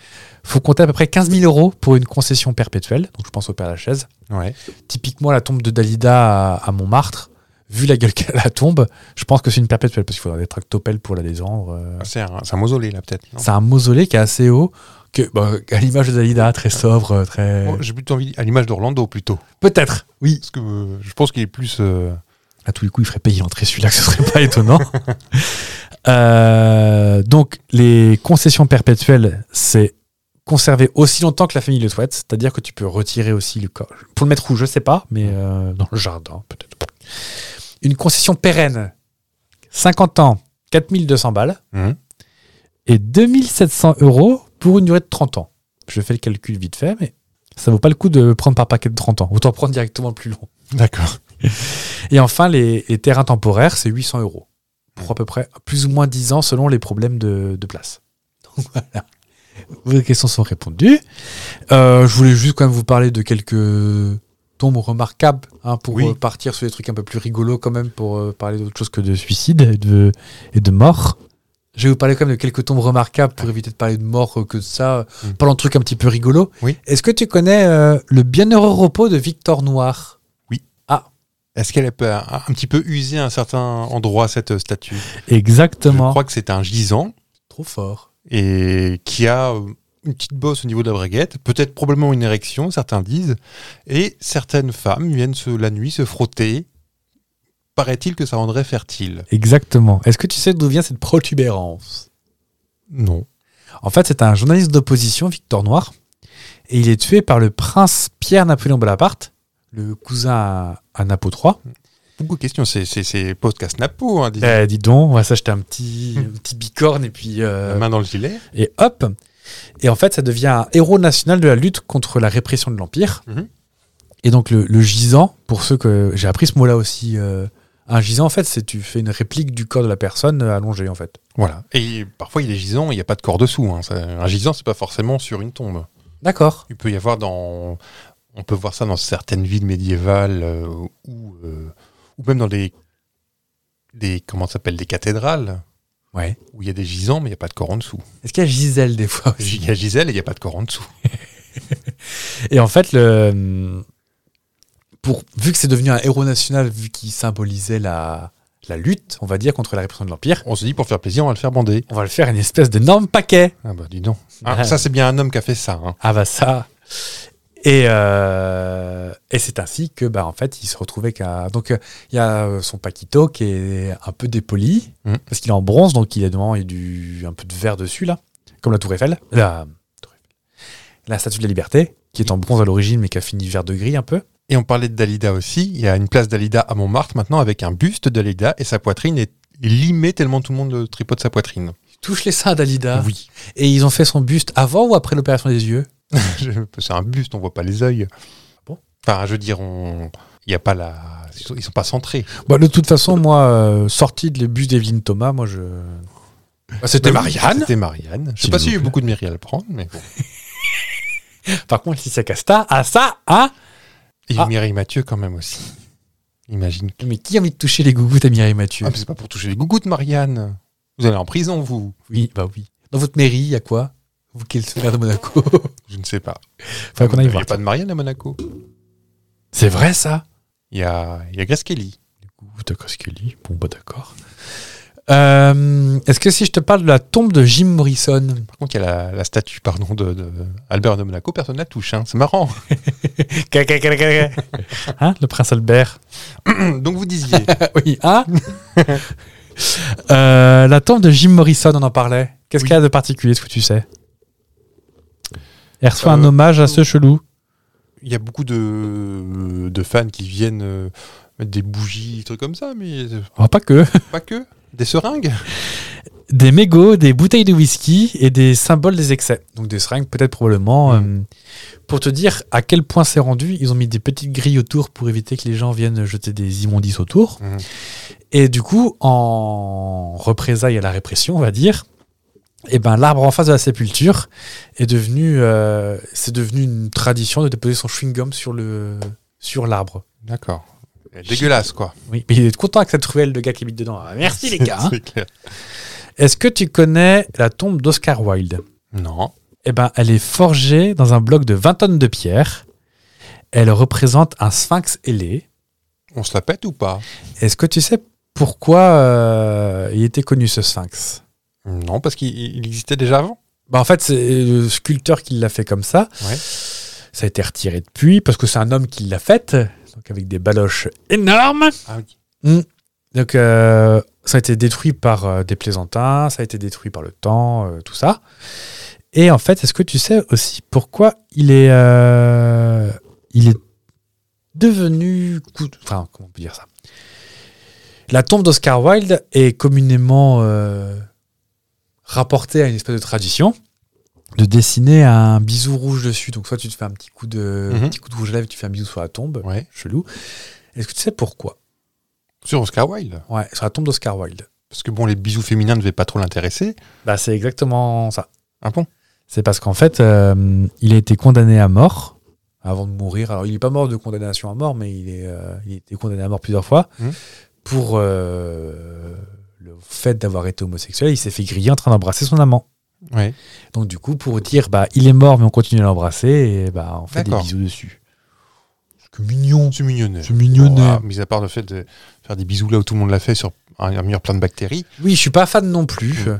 A: faut compter à peu près 15 000 euros pour une concession perpétuelle, donc je pense au Père Lachaise.
B: Ouais.
A: Typiquement, la tombe de Dalida à, à Montmartre, vu la gueule qu'elle a la tombe, je pense que c'est une perpétuelle, parce qu'il faudra des tractopelles pour la descendre. euh.
B: Ah, C'est un, c'est un mausolée, là, peut-être. non
A: C'est un mausolée qui est assez haut, que, bah, à l'image de Dalida, très sobre, euh, très...
B: Oh, J'ai plutôt envie, à l'image d'Orlando, plutôt.
A: Peut-être, oui.
B: Parce que euh, je pense qu'il est plus. euh,
A: À tous les coups, il ferait payer l'entrée celui-là, que ce serait pas étonnant. Euh, donc, les concessions perpétuelles, c'est conserver aussi longtemps que la famille le souhaite, c'est-à-dire que tu peux retirer aussi le corps. Pour le mettre où, je sais pas, mais euh, dans le jardin, peut-être. Une concession pérenne, 50 ans, 4200 balles,
B: Mhm.
A: et 2700 euros pour une durée de 30 ans. Je fais le calcul vite fait, mais ça vaut pas le coup de prendre par paquet de 30 ans. Autant prendre directement le plus long.
B: D'accord.
A: Et enfin, les, les terrains temporaires, c'est 800 euros. Pour à peu près plus ou moins 10 ans selon les problèmes de, de place. Donc voilà. Vos questions sont répondues. Euh, je voulais juste quand même vous parler de quelques tombes remarquables hein, pour
B: Oui.
A: euh, partir sur des trucs un peu plus rigolos quand même pour euh, parler d'autre chose que de suicide et de, et de mort. Je vais vous parler quand même de quelques tombes remarquables pour éviter de parler de mort euh, que de ça.
B: Mm.
A: Parlons de trucs un petit peu rigolos.
B: Oui.
A: Est-ce que tu connais euh, le bienheureux repos de Victor Noir
B: Est-ce qu'elle peut un, un petit peu user à un certain endroit, cette euh, statue Je
A: Exactement.
B: crois que c'est un gisant
A: Trop fort.
B: et qui a euh, une petite bosse au niveau de la braguette, peut-être probablement une érection, certains disent. Et certaines femmes viennent se- la nuit se frotter. Paraît-il que ça rendrait fertile
A: Exactement. Est-ce que tu sais d'où vient cette protubérance
B: Non.
A: En fait, c'est un journaliste d'opposition, Victor Noir, et il est tué par le prince Pierre-Napoléon Bonaparte, le cousin à, à Napo III.
B: Beaucoup de questions. C'est- C'est c'est podcast Napo, hein, dis-
A: Eh, dis donc, on va s'acheter un petit, un petit bicorne et puis euh,
B: la main dans le gilet.
A: et hop. Et en fait, ça devient un héros national de la lutte contre la répression de l'Empire.
B: Mhm.
A: Et donc, le, le gisant, pour ceux que j'ai appris ce mot-là aussi, euh, un gisant, en fait, c'est tu fais une réplique du corps de la personne euh, allongée, en fait.
B: Voilà. Et parfois, il est gisant, il n'y a pas de corps dessous. hein. Ça- Un gisant, c'est pas forcément sur une tombe.
A: D'accord.
B: Il peut y avoir dans. On peut voir ça dans certaines villes médiévales euh, ou, euh, ou même dans des. des comment ça s'appelle Des cathédrales
A: Ouais.
B: où il y a des gisants, mais il n'y a pas de corps en dessous.
A: Est-ce qu'il y a Gisèle des fois aussi
B: Il y a Gisèle et il n'y a pas de corps en dessous.
A: Et en fait, le, pour, vu que c'est devenu un héros national, vu qu'il symbolisait la, la lutte, on va dire, contre la répression de l'Empire,
B: On se dit, pour faire plaisir, on va le faire bander.
A: on va le faire une espèce d'énorme paquet.
B: Ah bah, dis donc.
A: Ah.
B: Ah, ça, c'est bien un homme qui a fait ça. hein.
A: Ah bah ça et, euh, et c'est ainsi que, bah, en fait, il se retrouvait qu'à. Donc, euh, il y a euh, son Paquito qui est un peu dépoli,
B: Mhm.
A: parce qu'il est en bronze, donc il a, dedans, il y a du, un peu de vert dessus, là, comme la Tour Eiffel. La, Tour Eiffel. la Statue de la Liberté, qui est en bronze à l'origine, mais qui a fini vert de gris un peu.
B: Et on parlait de Dalida aussi. Il y a une place Dalida à Montmartre maintenant avec un buste de Dalida et sa poitrine est limée tellement tout le monde euh, tripote sa poitrine.
A: touche les seins à Dalida.
B: Oui.
A: Et ils ont fait son buste avant ou après l'opération des yeux
B: Je- c'est un buste, on voit pas les yeux.
A: bon
B: Enfin, je veux dire, on... il y a pas la, ils sont, ils sont pas centrés.
A: Bah, de toute façon, moi, euh, sorti de les bus d'Evelyne Thomas, moi, je. Bah, C'était Marianne.
B: C'était Marianne. Je sais
A: S'il
B: pas
A: vous
B: s'il y a eu
A: plaît.
B: beaucoup de Myriel à le prendre, mais bon.
A: Par contre, Lisa Casta, ah ça, hein
B: Et
A: Ah.
B: Mireille Mathieu quand même aussi. Imagine.
A: Mais qui a envie de toucher les gougous à Mireille Mathieu
B: Ah, mais c'est pas pour toucher les gougous de Marianne. Vous allez en prison, vous.
A: Oui, bah oui. Dans votre mairie, il y a quoi Vous qui êtes le maire de Monaco
B: Je ne sais pas.
A: Faudrait qu'on
B: Il
A: aille
B: n'y a
A: voir.
B: pas de Marianne à Monaco.
A: C'est vrai, ça
B: Il y a, il y a Grace Kelly.
A: Du coup, t'as Coscully. Bon, bah d'accord. Euh, Est-ce que si je te parle de la tombe de Jim Morrison
B: Par contre, il y a la, la statue pardon, de, de Albert de Monaco. Personne ne la touche. hein. C'est marrant.
A: Hein, le prince Albert.
B: Donc, vous disiez.
A: oui, hein Euh, La tombe de Jim Morrison, on en parlait. Qu'est-ce
B: Oui.
A: qu'il y a de particulier, ce que tu sais Elle reçoit un
B: Euh,
A: hommage à ce chelou.
B: Il y a beaucoup de, de fans qui viennent euh, mettre des bougies, des trucs comme ça, mais euh,
A: Oh, pas que.
B: pas que. Des seringues.
A: Des mégots, des bouteilles de whisky et des symboles des excès. Donc des seringues, peut-être probablement.
B: Mm.
A: euh, pour te dire à quel point c'est rendu, ils ont mis des petites grilles autour pour éviter que les gens viennent jeter des immondices autour.
B: Mm.
A: Et du coup, en représailles à la répression, on va dire, eh ben, l'arbre en face de la sépulture est devenu, euh, c'est devenu une tradition de déposer son chewing-gum sur le sur l'arbre.
B: D'accord. Dégueulasse, quoi.
A: Oui, mais il est content avec cette ruelle de gars qui habite dedans. Ah, Merci les gars. hein.
B: C'est clair.
A: Est-ce que tu connais la tombe d'Oscar Wilde
B: Non.
A: eh ben, elle est forgée dans un bloc de 20 tonnes de pierre. Elle représente un sphinx ailé.
B: On se la pète ou pas
A: Est-ce que tu sais pourquoi euh, il était connu ce sphinx
B: Non, parce qu'il il existait déjà avant.
A: bah, En fait, c'est le sculpteur qui l'a fait comme ça.
B: Ouais.
A: Ça a été retiré depuis parce que c'est un homme qui l'a faite, donc avec des baloches énormes.
B: Ah oui.
A: Donc, euh, ça a été détruit par euh, des plaisantins, ça a été détruit par le temps, euh, tout ça. Et en fait, est-ce que tu sais aussi pourquoi il est, euh, il est devenu. cou- Enfin, comment on peut dire ça La tombe d'Oscar Wilde est communément euh, rapportée à une espèce de tradition de dessiner un bisou rouge dessus. Donc, soit tu te fais un petit coup de,
B: Mhm.
A: petit coup de rouge à lèvres, tu fais un bisou sur la tombe.
B: Ouais.
A: Chelou. Est-ce que tu sais pourquoi
B: Sur Oscar Wilde.
A: Ouais, sur la tombe d'Oscar Wilde.
B: Parce que bon, les bisous féminins ne devaient pas trop l'intéresser.
A: Bah, c'est exactement ça.
B: Ah bon
A: C'est parce qu'en fait, euh, il a été condamné à mort avant de mourir. Alors, il n'est pas mort de condamnation à mort, mais il, est, euh, il a été condamné à mort plusieurs fois
B: Mhm.
A: pour euh, le fait d'avoir été homosexuel. Il s'est fait griller en train d'embrasser son amant.
B: Ouais.
A: Donc, du coup, pour dire, bah, il est mort, mais on continue à l'embrasser, et bah, on fait des
B: D'accord.
A: bisous dessus. bah, C'est mignon.
B: C'est mignonnet.
A: C'est mignonnet.
B: Ah, mis à part le fait de faire des bisous là où tout le monde l'a fait sur un, un mur plein de bactéries.
A: Oui, je suis pas fan non plus.
B: Mm.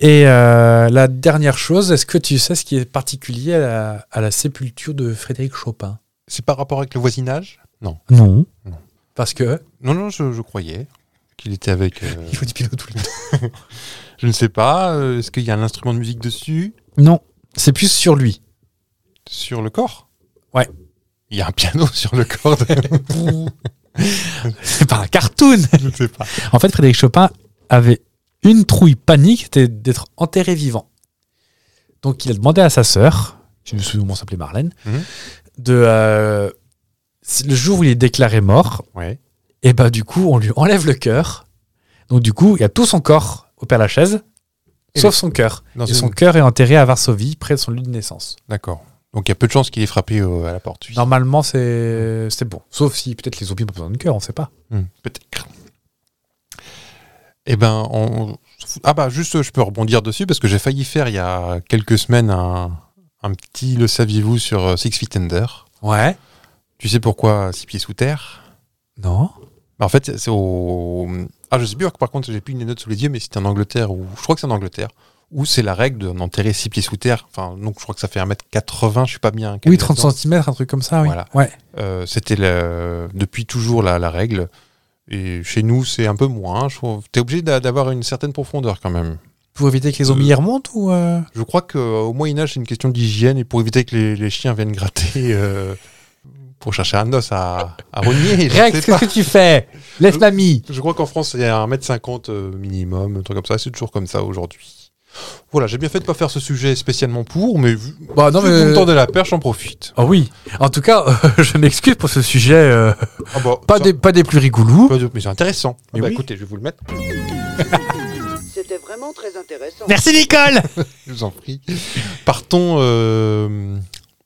A: Et euh, la dernière chose, est-ce que tu sais ce qui est particulier à la, à la sépulture de Frédéric Chopin
B: C'est par rapport avec le voisinage Non.
A: Non.
B: Non.
A: Parce que
B: Non, non, je, je croyais qu'il était avec. euh,
A: il faut du pilote tout le temps.
B: je ne sais pas. euh, Est-ce qu'il y a un instrument de musique dessus
A: Non, c'est plus sur lui.
B: Sur le corps
A: Ouais.
B: Il y a un piano sur le corps de-
A: c'est pas un cartoon.
B: Je ne sais pas.
A: En fait, Frédéric Chopin avait une trouille panique, c'était d'être enterré vivant. Donc, il a demandé à sa sœur, je me souviens comment elle s'appelait Marlène,
B: Mhm.
A: de euh, si- le jour où il est déclaré mort,
B: Ouais.
A: et bah du coup on lui enlève le cœur. Donc du coup il y a tout son corps au Père Lachaise,
B: Et
A: sauf
B: le-
A: son cœur.
B: Dans
A: Et
B: une-
A: son cœur est enterré à Varsovie, près de son lieu de naissance.
B: D'accord. Donc il y a peu de chances qu'il ait frappé euh, à la porte. lui.
A: Normalement c'est c'est bon, sauf si peut-être les zombies ont besoin de cœur, on sait pas.
B: Hmm, Peut-être. Eh ben, on... ah bah juste, je peux rebondir dessus parce que j'ai failli faire il y a quelques semaines un, un petit le saviez-vous sur euh, Six Feet Under.
A: Ouais.
B: Tu sais pourquoi six pieds sous terre
A: Non.
B: Bah, En fait, c'est au ah je sais plus par contre j'ai plus les notes sous les yeux mais c'était en Angleterre ou je crois que c'est en Angleterre où c'est la règle d'enterrer six pieds sous terre. Enfin donc je crois que ça fait 1m80, je suis pas bien.
A: Oui, 30
B: calculateur.
A: cm, un truc comme ça, oui.
B: Voilà.
A: Ouais.
B: Euh, c'était le- depuis toujours la, la règle. Et chez nous, c'est un peu moins. Je trouve. T'es obligé d'a- d'avoir une certaine profondeur quand même.
A: Pour éviter que les zombies y remontent ou euh,
B: Je crois qu'au Moyen-Âge, c'est une question d'hygiène et pour éviter que les, les chiens viennent gratter euh, pour chercher un os à, à rogner.
A: Rex,
B: Je, sais pas.
A: qu'est-ce que tu fais Laisse mamie.
B: Je crois qu'en France, c'est à 1m50 euh, minimum, un truc comme ça. C'est toujours comme ça aujourd'hui. Voilà, j'ai bien fait de pas faire ce sujet spécialement pour, mais vu
A: Bah, non,
B: vu que vous me
A: mais.
B: tendez la perche, j'en profite.
A: Ah oui. En tout cas, je m'excuse pour ce sujet euh,
B: Ah bah,
A: pas,
B: ça-
A: des, pas des plus rigoulous.
B: pas de- Mais c'est intéressant. Ah
A: Mais
B: bah,
A: oui.
B: Écoutez, je vais vous le mettre.
D: C'était vraiment très intéressant.
A: Merci Nicole
B: Je vous en prie. Partons euh,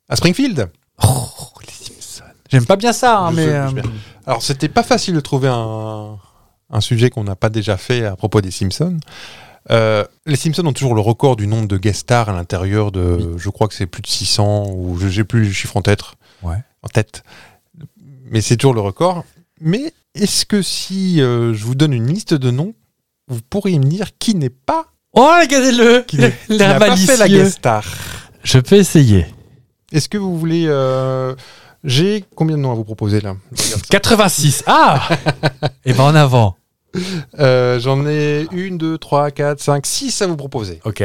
B: à Springfield.
A: Oh, les Simpsons. J'aime pas bien ça, hein,
B: Je
A: mais.
B: sais,
A: euh,
B: je sais. Alors, c'était pas facile de trouver un, un sujet qu'on n'a pas déjà fait à propos des Simpsons. Euh, les Simpsons ont toujours le record du nombre de guest stars à l'intérieur de, je crois que c'est plus de 600 ou je j'ai plus le chiffre en tête.
A: Ouais.
B: En tête. Mais c'est toujours le record. Mais est-ce que si euh, je vous donne une liste de noms, vous pourriez me dire qui n'est pas
A: Oh, regardez-le
B: qui n'est- qui
A: L'air
B: n'a pas fait la
A: malicieux.
B: guest star
A: Je peux essayer.
B: Est-ce que vous voulez euh, J'ai combien de noms à vous proposer là Je regarde ça.
A: 86 Ah Et ben en avant.
B: Euh, J'en ai une, deux, trois, quatre, cinq, six à vous proposer.
A: Ok.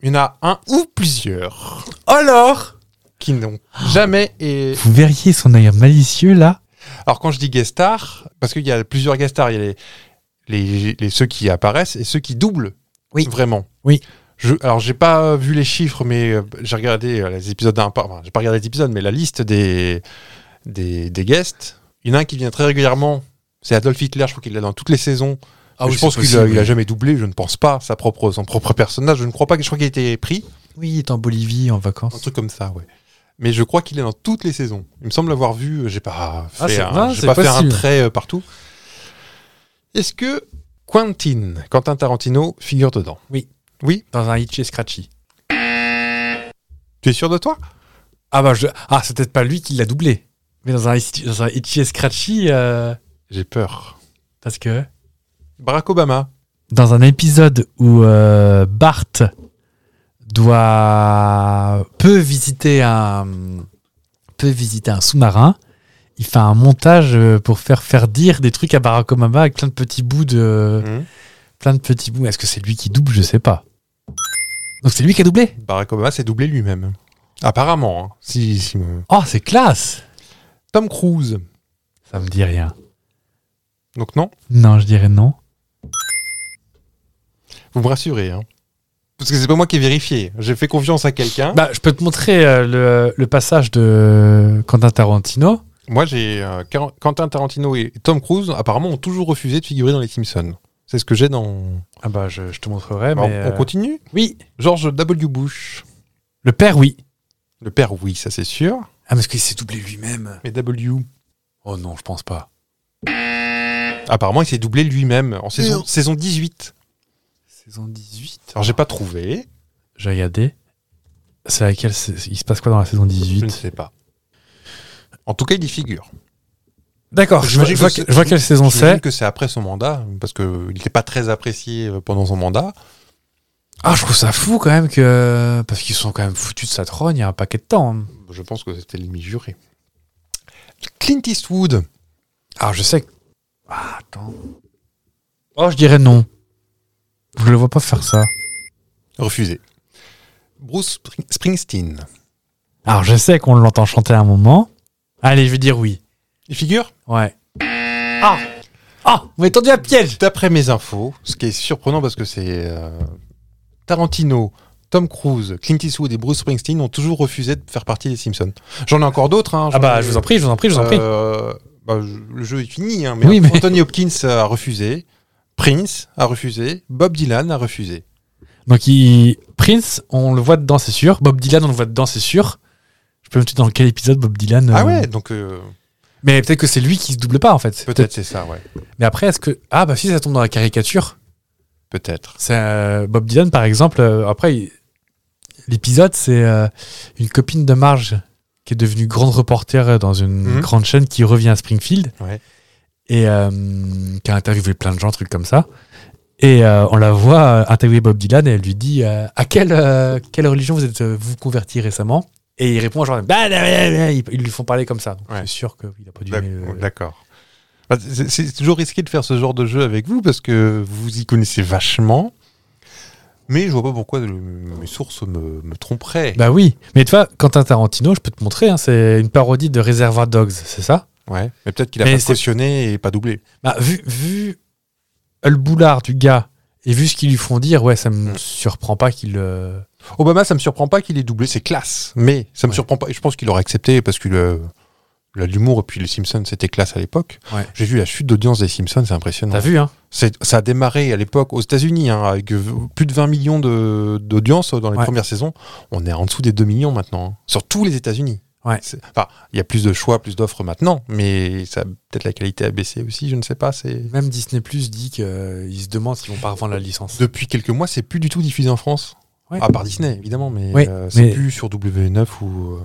B: Il y en a un ou plusieurs
A: Alors
B: qui n'ont jamais. Et...
A: Vous verriez son air malicieux là
B: Alors quand je dis guest star, parce qu'il y a plusieurs guest stars, il y a les, les- les- ceux qui apparaissent et ceux qui doublent.
A: Oui.
B: Vraiment.
A: Oui.
B: Je, alors j'ai pas vu les chiffres, mais euh, j'ai regardé euh, les épisodes d'un par. Enfin, j'ai pas regardé les épisodes, mais la liste des des, des guests. Il y en a un qui vient très régulièrement. C'est Adolf Hitler, je crois qu'il l'a dans toutes les saisons.
A: Ah
B: je pense qu'il a, il a jamais doublé, je ne pense pas, sa propre, son propre personnage. Je ne crois pas que je crois qu'il a été pris.
A: Oui, il est en Bolivie en
B: Un
A: vacances.
B: truc comme ça, ouais. Mais je crois qu'il est dans toutes les saisons. Il me semble l'avoir vu. euh, J'ai pas
A: Ah,
B: fait,
A: c'est-
B: un,
A: non,
B: j'ai
A: c'est
B: pas fait un
A: possible.
B: trait euh, partout. Est-ce que Quentin, Quentin Tarantino, figure dedans
A: Dans un Hitchy Scratchy.
B: Tu es sûr de toi
A: Ah bah je... Ah, c'est peut-être pas lui qui l'a doublé. Mais dans un, Hitch- dans un Hitchy Scratchy, euh,
B: J'ai peur.
A: parce que...
B: Barack Obama.
A: dans un épisode où euh, Bart doit peut visiter un peut visiter un sous-marin, il fait un montage euh, pour faire faire dire des trucs à Barack Obama avec plein de petits bouts de
B: Hmm.
A: plein de petits bouts. Est-ce que c'est lui qui double Je sais pas. Donc c'est lui qui a doublé
B: Barack Obama s'est doublé lui-même. Apparemment. hein. Si, si, euh,
A: Oh, c'est classe
B: Tom Cruise.
A: Ça me dit rien.
B: Donc non,
A: Non, je dirais non.
B: vous me rassurez. hein. Parce que c'est pas moi qui ai vérifié. J'ai fait confiance à quelqu'un.
A: Bah, je peux te montrer euh, le, le passage de Quentin Tarantino.
B: Moi, j'ai euh, Car- Quentin Tarantino et Tom Cruise apparemment ont toujours refusé de figurer dans les Simpsons. C'est ce que j'ai dans.
A: Ah bah, je, je te montrerai,
B: Alors,
A: mais... euh,
B: on continue.
A: Oui,
B: George W. Bush.
A: le père, oui.
B: Le père, oui, ça c'est sûr.
A: Ah, parce qu'il s'est doublé lui-même.
B: Mais W.
A: Oh non, je pense pas.
B: Apparemment, il s'est doublé lui-même en saison, saison 18.
A: Saison 18.
B: Alors, j'ai pas trouvé.
A: J'ai regardé. C'est laquelle c'est- Il se passe quoi dans la saison
B: Je ne
A: 18
B: sais pas. En tout cas, il y figure.
A: D'accord, je, vois-
B: J'imagine
A: je vois
B: que
A: que-
B: c'est-
A: je vois quelle saison
B: J'imagine
A: c'est.
B: que c'est après son mandat, parce qu'il n'était pas très apprécié euh, pendant son mandat.
A: Ah, je trouve ça fou quand même que. Parce qu'ils sont quand même foutus de sa trogne il y a un paquet de temps. hein.
B: Je pense que c'était l'ennemi juré. Clint Eastwood.
A: Ah, je sais. que- Ah, attends. Oh, je dirais non. Je le vois pas faire ça.
B: Refusé. Bruce Spring- Springsteen.
A: Alors, je sais qu'on l'entend chanter à un moment. Allez, je vais dire oui.
B: Il figure
A: Ouais. Ah Ah Vous m'avez tendu un piège
B: D'après mes infos, ce qui est surprenant parce que c'est euh, Tarantino, Tom Cruise, Clint Eastwood et Bruce Springsteen ont toujours refusé de faire partie des Simpsons. J'en ai encore d'autres. hein,
A: Ah
B: j'en
A: bah,
B: ai-
A: je vous en prie, je vous en prie, je vous en prie.
B: Euh, bah, je- le jeu est fini, hein, mais,
A: Oui, mais-
B: Anthony Hopkins a refusé, Prince a refusé, Bob Dylan a refusé.
A: Donc il... Prince, on le voit dedans, c'est sûr. Bob Dylan, on le voit dedans, c'est sûr. Je peux me dire dans quel épisode Bob Dylan. euh,
B: Ah ouais, donc euh,
A: Mais peut-être que c'est lui qui se double pas en fait.
B: peut-être c'est ça, ouais,
A: Mais après, est-ce que ah bah si ça tombe dans la caricature,
B: peut-être.
A: c'est euh, Bob Dylan par exemple. euh, après, il- l'épisode c'est euh, une copine de Marge qui est devenue grande reporter dans une
B: Mhm.
A: grande chaîne qui revient à Springfield
B: Ouais.
A: et euh, qui a interviewé plein de gens, trucs comme ça. Et euh, on la voit euh, interviewer Bob Dylan et elle lui dit euh, à quelle euh, quelle religion vous êtes euh, vous converti récemment Et il répond genre Bah, bah, bah, bah. ils, ils lui font parler comme ça. Donc,
B: Ouais.
A: Je suis sûr qu'il a pas dû. euh,
B: D'ac-
A: aimer le-
B: D'accord. Bah, c'est- C'est toujours risqué de faire ce genre de jeu avec vous parce que vous y connaissez vachement. Mais je vois pas pourquoi le- mes sources me, me tromperaient.
A: Bah oui, mais tu vois, Quentin Tarantino, je peux te montrer, hein, c'est une parodie de Reservoir Dogs, c'est ça
B: Ouais, mais peut-être qu'il a
A: Mais
B: pas
A: c'est-
B: cautionné et pas doublé.
A: bah, Vu, vu le boulard du gars Et vu ce qu'ils lui font dire, ouais, ça me
B: Mm.
A: surprend pas qu'il. euh,
B: Obama, ça me surprend pas qu'il ait doublé, c'est classe. Mais ça me
A: Ouais.
B: surprend pas. et Je pense qu'il aurait accepté parce que le- il a de l'humour et puis les Simpsons, c'était classe à l'époque.
A: Ouais.
B: J'ai vu la chute d'audience des Simpsons, c'est impressionnant.
A: T'as vu, hein
B: C'est- Ça a démarré à l'époque aux États-Unis hein, avec euh, plus de 20 millions de- d'audience euh, dans les
A: Ouais.
B: premières saisons. On est en dessous des 2 millions maintenant, hein, sur tous les États-Unis.
A: Ouais.
B: C'est- Enfin, il y a plus de choix, plus d'offres maintenant, mais ça a peut-être la qualité a baissé aussi, je ne sais pas. C'est
A: Même Disney Plus dit qu'ils se demandent s'ils vont pas revendre la licence.
B: depuis quelques mois, c'est plus du tout diffusé en France.
A: Ouais.
B: À part Disney, évidemment, mais
A: Ouais,
B: euh, c'est
A: mais-
B: plus sur W9 ou. euh,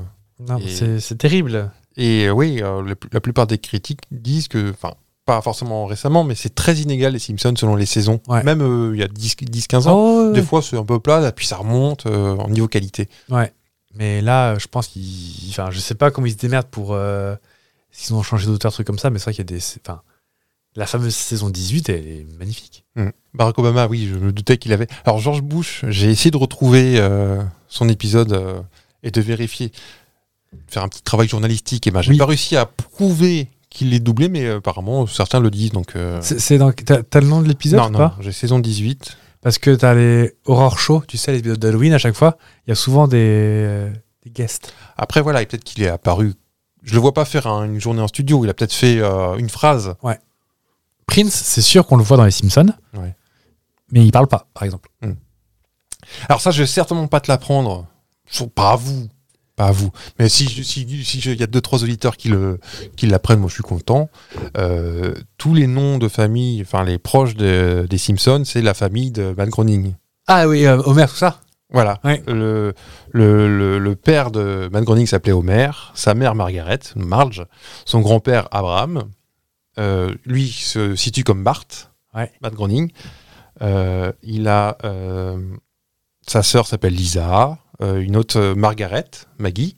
A: Non,
B: Et-
A: c'est- C'est terrible.
B: Et euh, oui, euh, la, pl- la plupart des critiques disent que, enfin, pas forcément récemment, mais c'est très inégal les Simpsons selon les saisons.
A: Ouais.
B: Même euh, il y a 10-15 ans.
A: Oh,
B: Des fois, c'est un peu plat, puis ça remonte euh, en niveau qualité.
A: Ouais. Mais là, euh, je pense qu'ils. Enfin, je sais pas comment ils se démerdent pour. euh, S'ils ont changé d'auteur, trucs comme ça, mais c'est vrai qu'il y a des. Enfin, la fameuse saison 18, elle est magnifique.
B: Barack Obama, oui, je me doutais qu'il avait. Alors, George Bush, j'ai essayé de retrouver euh, son épisode euh, et de vérifier, faire un petit travail journalistique. Et ben, j'ai
A: Oui.
B: pas réussi à prouver qu'il est doublé, mais euh, apparemment, certains le disent. Donc, euh,
A: C'est c'est dans. T'as t'as le nom de l'épisode
B: non,
A: ou
B: non,
A: pas
B: j'ai saison 18.
A: Parce que t'as les Horror Show, tu sais, les épisodes d'Halloween à chaque fois, il y a souvent des, euh, des guests.
B: Après, voilà, et peut-être qu'il est apparu. Je le vois pas faire un- une journée en studio. Il a peut-être fait euh, une phrase.
A: Prince, c'est sûr qu'on le voit dans les Simpsons.
B: Ouais.
A: Mais il parle pas, par exemple.
B: Alors ça, je vais certainement pas te l'apprendre. Sur- Pas à vous. Pas à vous. Mais si je- si, si je- il y a deux, trois auditeurs qui le qui l'apprennent, moi je suis content. Euh, tous les noms de famille, enfin les proches de- des Simpsons, c'est la famille de Matt Groening.
A: Ah oui, Homer, tout ça
B: Voilà.
A: Ouais.
B: Le, le, le, le père de Matt Groening s'appelait Homer, sa mère Margaret, Marge, son grand-père Abraham. Euh, lui se situe comme Bart,
A: Ouais.
B: Matt Groening. Euh, il a euh, sa sœur s'appelle Lisa, euh, une autre euh, Margaret, Maggie,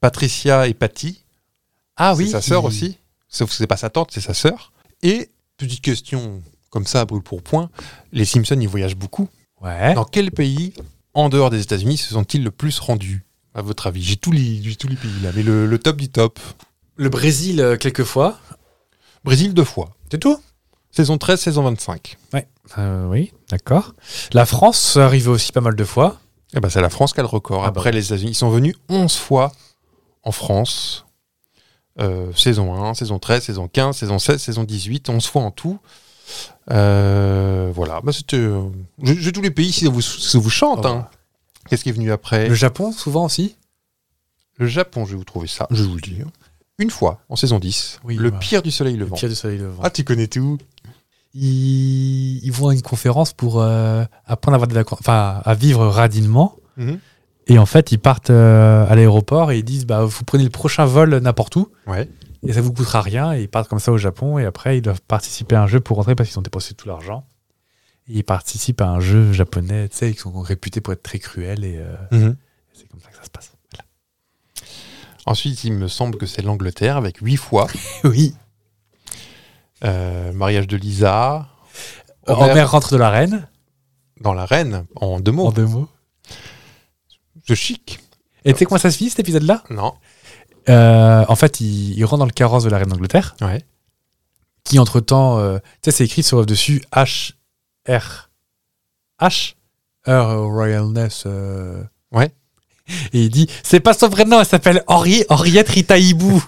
B: Patricia et Patty.
A: Ah
B: c'est sa sœur aussi, sauf que c'est pas sa tante, c'est sa sœur. Et petite question comme ça, brûle pour point, les Simpsons ils voyagent beaucoup.
A: Ouais.
B: Dans quel pays, en dehors des États-Unis, se sont-ils le plus rendus, à votre avis J'ai tous les, j'ai tous les pays là, mais le, le top du top.
A: Le Brésil, euh, quelques fois.
B: Brésil deux fois.
A: C'est tout
B: Saison 13, saison 25.
A: Euh, Oui, d'accord. La France arrive aussi pas mal de fois.
B: Eh ben, c'est la France qui a le record.
A: Ah bah.
B: Après les États-Unis, ils sont venus 11 fois en France. Euh, saison 1, saison 13, saison 15, saison 16, saison 18, 11 fois en tout. Euh, voilà, bah, c'était. euh, J'ai j'ai tous les pays si ça vous, si ça vous chante.
A: Oh.
B: hein. Qu'est-ce qui est venu après
A: Le Japon, souvent aussi.
B: Le Japon, je vais vous trouver ça, je vais vous le hein. dire. Une fois, en saison 10,
A: Oui,
B: le
A: bah.
B: pire du soleil levant.
A: du soleil levant.
B: Ah, tu connais tout
A: ils, ils vont à une conférence pour euh, apprendre à, avoir des vacances- enfin, à vivre radilement.
B: Mhm.
A: Et en fait, ils partent euh, à l'aéroport et ils disent bah, Vous prenez le prochain vol n'importe où
B: Ouais.
A: et ça vous coûtera rien. Et ils partent comme ça au Japon et après, ils doivent participer à un jeu pour rentrer parce qu'ils ont dépensé tout l'argent. Et ils participent à un jeu japonais, tu sais, ils sont réputés pour être très cruels et euh, c'est comme ça que ça se passe.
B: Ensuite, il me semble que c'est l'Angleterre avec 8 fois.
A: Oui.
B: Euh, mariage de Lisa. Homer
A: Homer, rentre de la reine,
B: dans la reine, en deux
A: en
B: mots.
A: deux mots.
B: De chic.
A: Et tu sais comment ça se finit cet épisode-là
B: Non.
A: Euh, En fait, il, il rentre dans le carrosse de la reine d'Angleterre.
B: Ouais.
A: qui entre temps, tu sais, c'est écrit sur le dessus H R H R euh, Royalness. euh.
B: Ouais.
A: Et il dit, c'est pas son vrai nom, elle s'appelle Henri Henriette Ritaibou.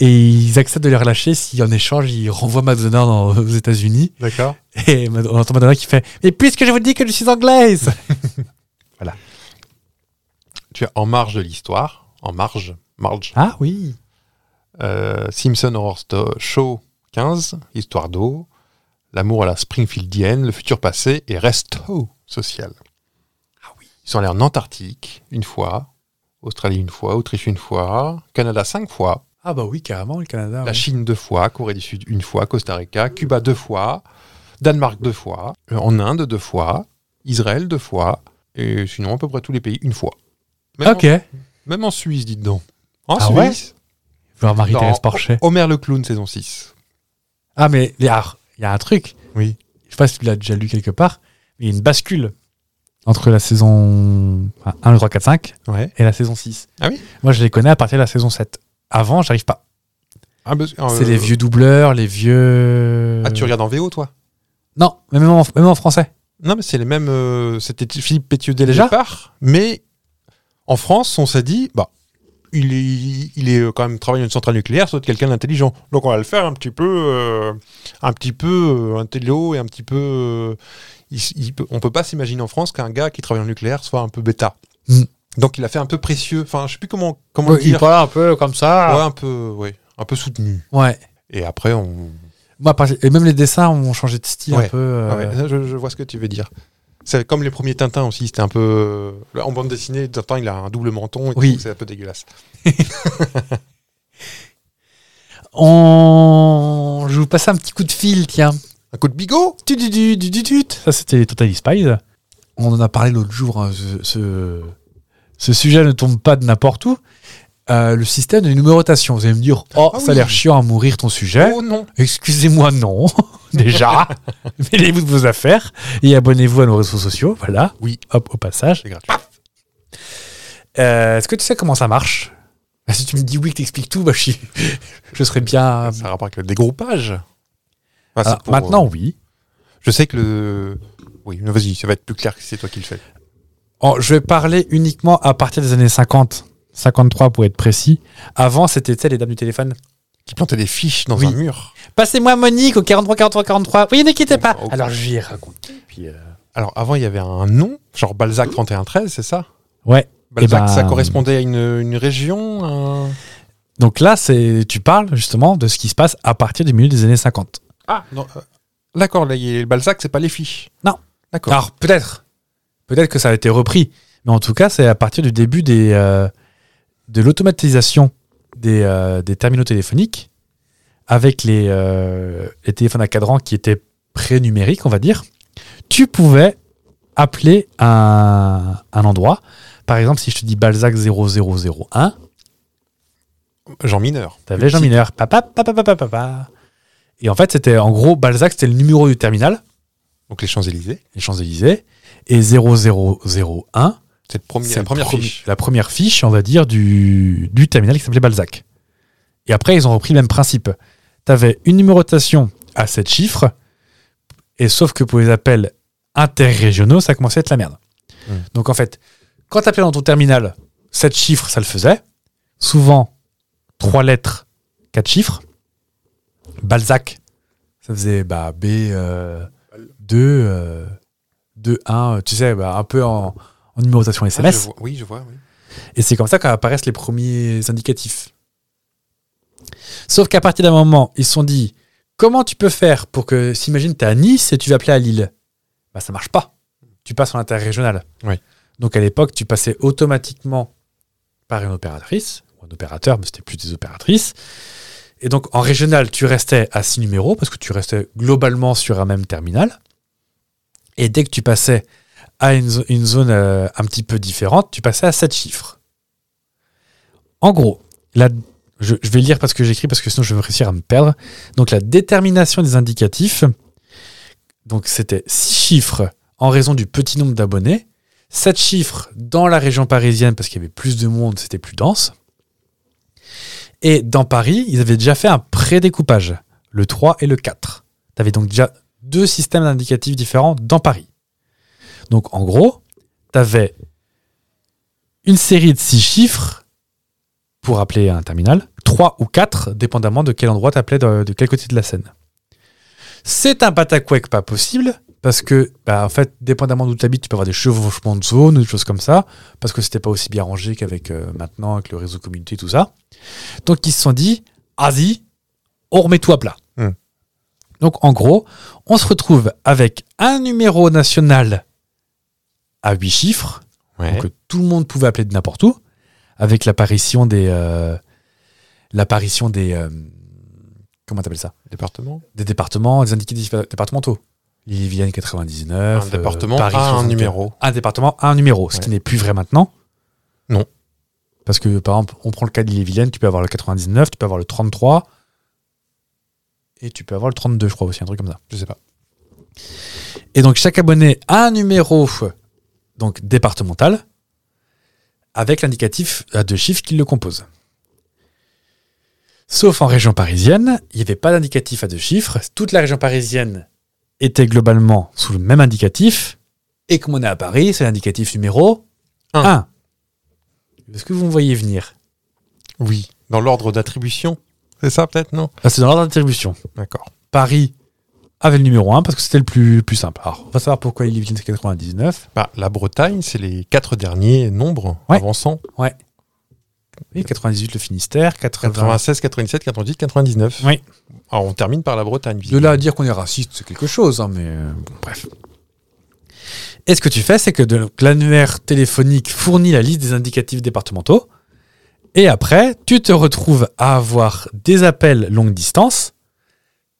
A: et ils acceptent de les relâcher si en échange ils renvoient Madonna dans- aux États-Unis.
B: D'accord.
A: Et Mad- on entend Madonna qui fait, mais puisque je vous dis que je suis anglaise.
B: Tu as En marge de l'histoire. En marge. Marge.
A: ah oui.
B: Euh, Simpson Horror Sto- Show 15. Histoire d'eau. L'amour à la Springfieldienne. Le futur passé. Et Resto social.
A: Ah oui.
B: Ils sont allés en Antarctique une fois. Australie une fois. Autriche une fois. Canada cinq fois.
A: Ah bah oui, carrément, le Canada.
B: La
A: ouais.
B: Chine deux fois, Corée du Sud une fois, Costa Rica, Cuba deux fois, Danemark deux fois, euh, en Inde deux fois, Israël deux fois, et sinon à peu près tous les pays une fois. Même,
A: Ok.
B: en, même en Suisse, dites donc. En
A: Ah ouais
B: Suisse,
A: Voir Marie-Thérèse
B: dans
A: Porchet.
B: Homer le clown saison 6.
A: Ah, mais il y a y a un truc.
B: Oui.
A: Je sais pas si tu l'as déjà lu quelque part, mais il y a une bascule entre la saison enfin, 1, 2, 3, 4, 5
B: Ouais.
A: et la saison 6.
B: Ah oui
A: Moi, je les connais à partir de la saison 7. Avant, j'arrive pas.
B: Ah, parce- euh,
A: C'est les vieux doubleurs, les vieux.
B: Ah, tu regardes en VO, toi
A: Non, mais même en, même en français.
B: Non, mais c'est les mêmes. euh, C'était Philippe Pétieux dès le
A: Déjà
B: départ. Mais en France, on s'est dit, bah, il est, il est euh, quand même travaille dans une centrale nucléaire, ça doit être quelqu'un d'intelligent. Donc on va le faire un petit peu, euh, un petit peu euh, intello et un petit peu. euh, il s- il peut- on peut pas s'imaginer en France qu'un gars qui travaille dans le nucléaire soit un peu bêta.
A: Mm.
B: Donc il a fait un peu précieux. Enfin, je sais plus comment comment le
A: il
B: dire.
A: parle un peu comme
B: Ouais,
A: ça.
B: un peu, ouais, un peu soutenu.
A: Ouais.
B: Et après, on.
A: Moi, par- et même les dessins ont changé de style un
B: Ouais.
A: peu. euh,
B: Ah ouais, je, je vois ce que tu veux dire. C'est comme les premiers Tintins aussi, c'était un peu. euh, En bande dessinée, Tintin, il a un double menton et tout,
A: Oui.
B: c'est un peu dégueulasse.
A: On... Je vais vous passer un petit coup de fil, tiens.
B: Un coup de bigot
A: Tu, tu, tu, tu, tu, tu. Ça, c'était les Total Spies. On en a parlé l'autre jour. hein, ce, ce- ce sujet ne tombe pas de n'importe où. Euh, le système de numérotation. Vous allez me dire, oh,
B: Ah
A: ça a
B: oui.
A: l'air chiant à mourir ton sujet.
B: Oh non
A: Excusez-moi, non. Déjà, mêlez-vous de vos affaires et abonnez-vous à nos réseaux sociaux. Voilà.
B: Oui.
A: Hop, au passage.
B: C'est gratuit.
A: Euh, Est-ce que tu sais comment ça marche Bah, Si tu me dis oui, que t'expliques tout, bah, je, suis- je serais bien.
B: Ça a rapport avec le dégroupage. Enfin, Ah, c'est
A: Ah,
B: pour,
A: maintenant,
B: euh,
A: oui.
B: je sais que le. Oui, mais vas-y, ça va être plus clair que c'est toi qui le fais.
A: Oh, je vais parler uniquement à partir des années 50, 53 pour être précis. Avant, c'était tu sais, les dames du téléphone.
B: Qui plantait des fiches dans
A: Oui.
B: un mur.
A: Passez-moi Monique au 43 43 43. Oui, ne quittez pas.
B: Oh, oh.
A: Alors, j'y ai raconté. Puis, euh,
B: Alors avant, il y avait un nom, genre Balzac 3113, c'est ça
A: Ouais.
B: Balzac,
A: ben-
B: ça correspondait à une, une région un-
A: Donc là, c'est tu parles justement de ce qui se passe à partir du milieu des années 50.
B: Ah non, euh, D'accord, là, il y a- Balzac, c'est pas les fiches.
A: Non.
B: D'accord.
A: Alors, peut-être. Peut-être que ça a été repris. Mais en tout cas, c'est à partir du début des, euh, de l'automatisation des, euh, des terminaux téléphoniques avec les, euh, les téléphones à cadran qui étaient pré-numériques, on va dire. Tu pouvais appeler un, un endroit. Par exemple, si je te dis Balzac 0001,
B: Jean Mineur.
A: t'avais Jean Mineur. Papa, papa, papa, papa. Et en fait, c'était en gros, Balzac, c'était le numéro du terminal,
B: Donc les Champs-Élysées.
A: les Champs-Élysées. Et 0001,
B: C'est le premier,
A: C'est
B: la première
A: le premier-
B: fiche.
A: la première fiche, on va dire, du, du terminal qui s'appelait Balzac. Et après, ils ont repris le même principe. Tu avais une numérotation à 7 chiffres, et sauf que pour les appels interrégionaux, ça commençait à être la merde.
B: Hmm.
A: Donc en fait, quand tu dans ton terminal 7 chiffres, ça le faisait. Souvent, 3 lettres, 4 chiffres. Balzac, ça faisait bah, B, 2, 2, 1, tu sais, bah, un peu en, en numérotation
B: Ah, je
A: SMS.
B: vois- oui, je vois. oui.
A: Et c'est comme ça qu'apparaissent les premiers indicatifs. Sauf qu'à partir d'un moment, ils se sont dit comment tu peux faire pour que, s'imagine, tu es à Nice et tu vas appeler à Lille Bah, ça marche pas. Tu passes en interrégional.
B: Oui.
A: Donc à l'époque, tu passais automatiquement par une opératrice, ou un opérateur, mais c'était plus des opératrices. Et donc en régional, tu restais à six numéros parce que tu restais globalement sur un même terminal. Et dès que tu passais à une, zo- une zone euh, un petit peu différente, tu passais à 7 chiffres. En gros, la- je, je vais lire parce que j'écris, parce que sinon je vais réussir à me perdre. Donc la détermination des indicatifs, donc c'était 6 chiffres en raison du petit nombre d'abonnés, 7 chiffres dans la région parisienne parce qu'il y avait plus de monde, c'était plus dense. Et dans Paris, ils avaient déjà fait un pré-découpage, le 3 et le 4. Tu avais donc déjà deux systèmes d'indicatifs différents dans Paris. Donc en gros, tu avais une série de six chiffres pour appeler un terminal, trois ou quatre, dépendamment de quel endroit tu appelais, de, de quel côté de la Seine. C'est un patacouec pas possible, parce que, bah, en fait, dépendamment d'où tu habites, tu peux avoir des chevauchements de zone ou des choses comme ça, parce que c'était pas aussi bien rangé qu'avec euh, maintenant, avec le réseau communauté, tout ça. Donc ils se sont dit, Asie, on remet tout à plat.
B: Hmm.
A: Donc en gros, on se retrouve avec un numéro national à 8 chiffres,
B: Ouais.
A: donc, que tout le monde pouvait appeler de n'importe où, avec l'apparition des. euh, l'apparition des. euh, comment t'appelles ça
B: département.
A: Des départements, des indicatifs départementaux. Lille-Vienne 99.
B: Un
A: euh,
B: département
A: Paris
B: a un
A: 64.
B: numéro.
A: Un département a un numéro, ce
B: Ouais.
A: qui n'est plus vrai maintenant.
B: Non.
A: Parce que, par exemple, on prend le cas de Lille-Vienne, tu peux avoir le 99, tu peux avoir le 33, et tu peux avoir le 32, je crois aussi, un truc comme ça.
B: Je sais pas.
A: Et donc chaque abonné a un numéro donc départemental avec l'indicatif euh, à deux chiffres qui le compose. Sauf en région parisienne, il n'y avait pas d'indicatif à deux chiffres. Toute la région parisienne était globalement sous le même indicatif. Et comme on est à Paris, c'est l'indicatif numéro
B: Un.
A: 1. Est-ce que vous me voyez venir
B: Oui. Dans l'ordre d'attribution C'est ça, peut-être Non
A: Ah, C'est dans l'ordre d'attribution.
B: D'accord.
A: Paris avait le numéro 1 parce que c'était le plus, plus simple. Alors, on va savoir pourquoi il est 99.
B: Bah, la Bretagne, c'est les quatre derniers nombres
A: Ouais.
B: avançant
A: Oui, 98 le Finistère, 80.
B: 96, 97, 98, 99.
A: Oui.
B: Alors, on termine par la Bretagne.
A: De là à dire qu'on est raciste, c'est quelque chose, hein, mais euh, bon, bref. Et ce que tu fais, c'est que de- donc, l'annuaire téléphonique fournit la liste des indicatifs départementaux. Et après, tu te retrouves à avoir des appels longue distance.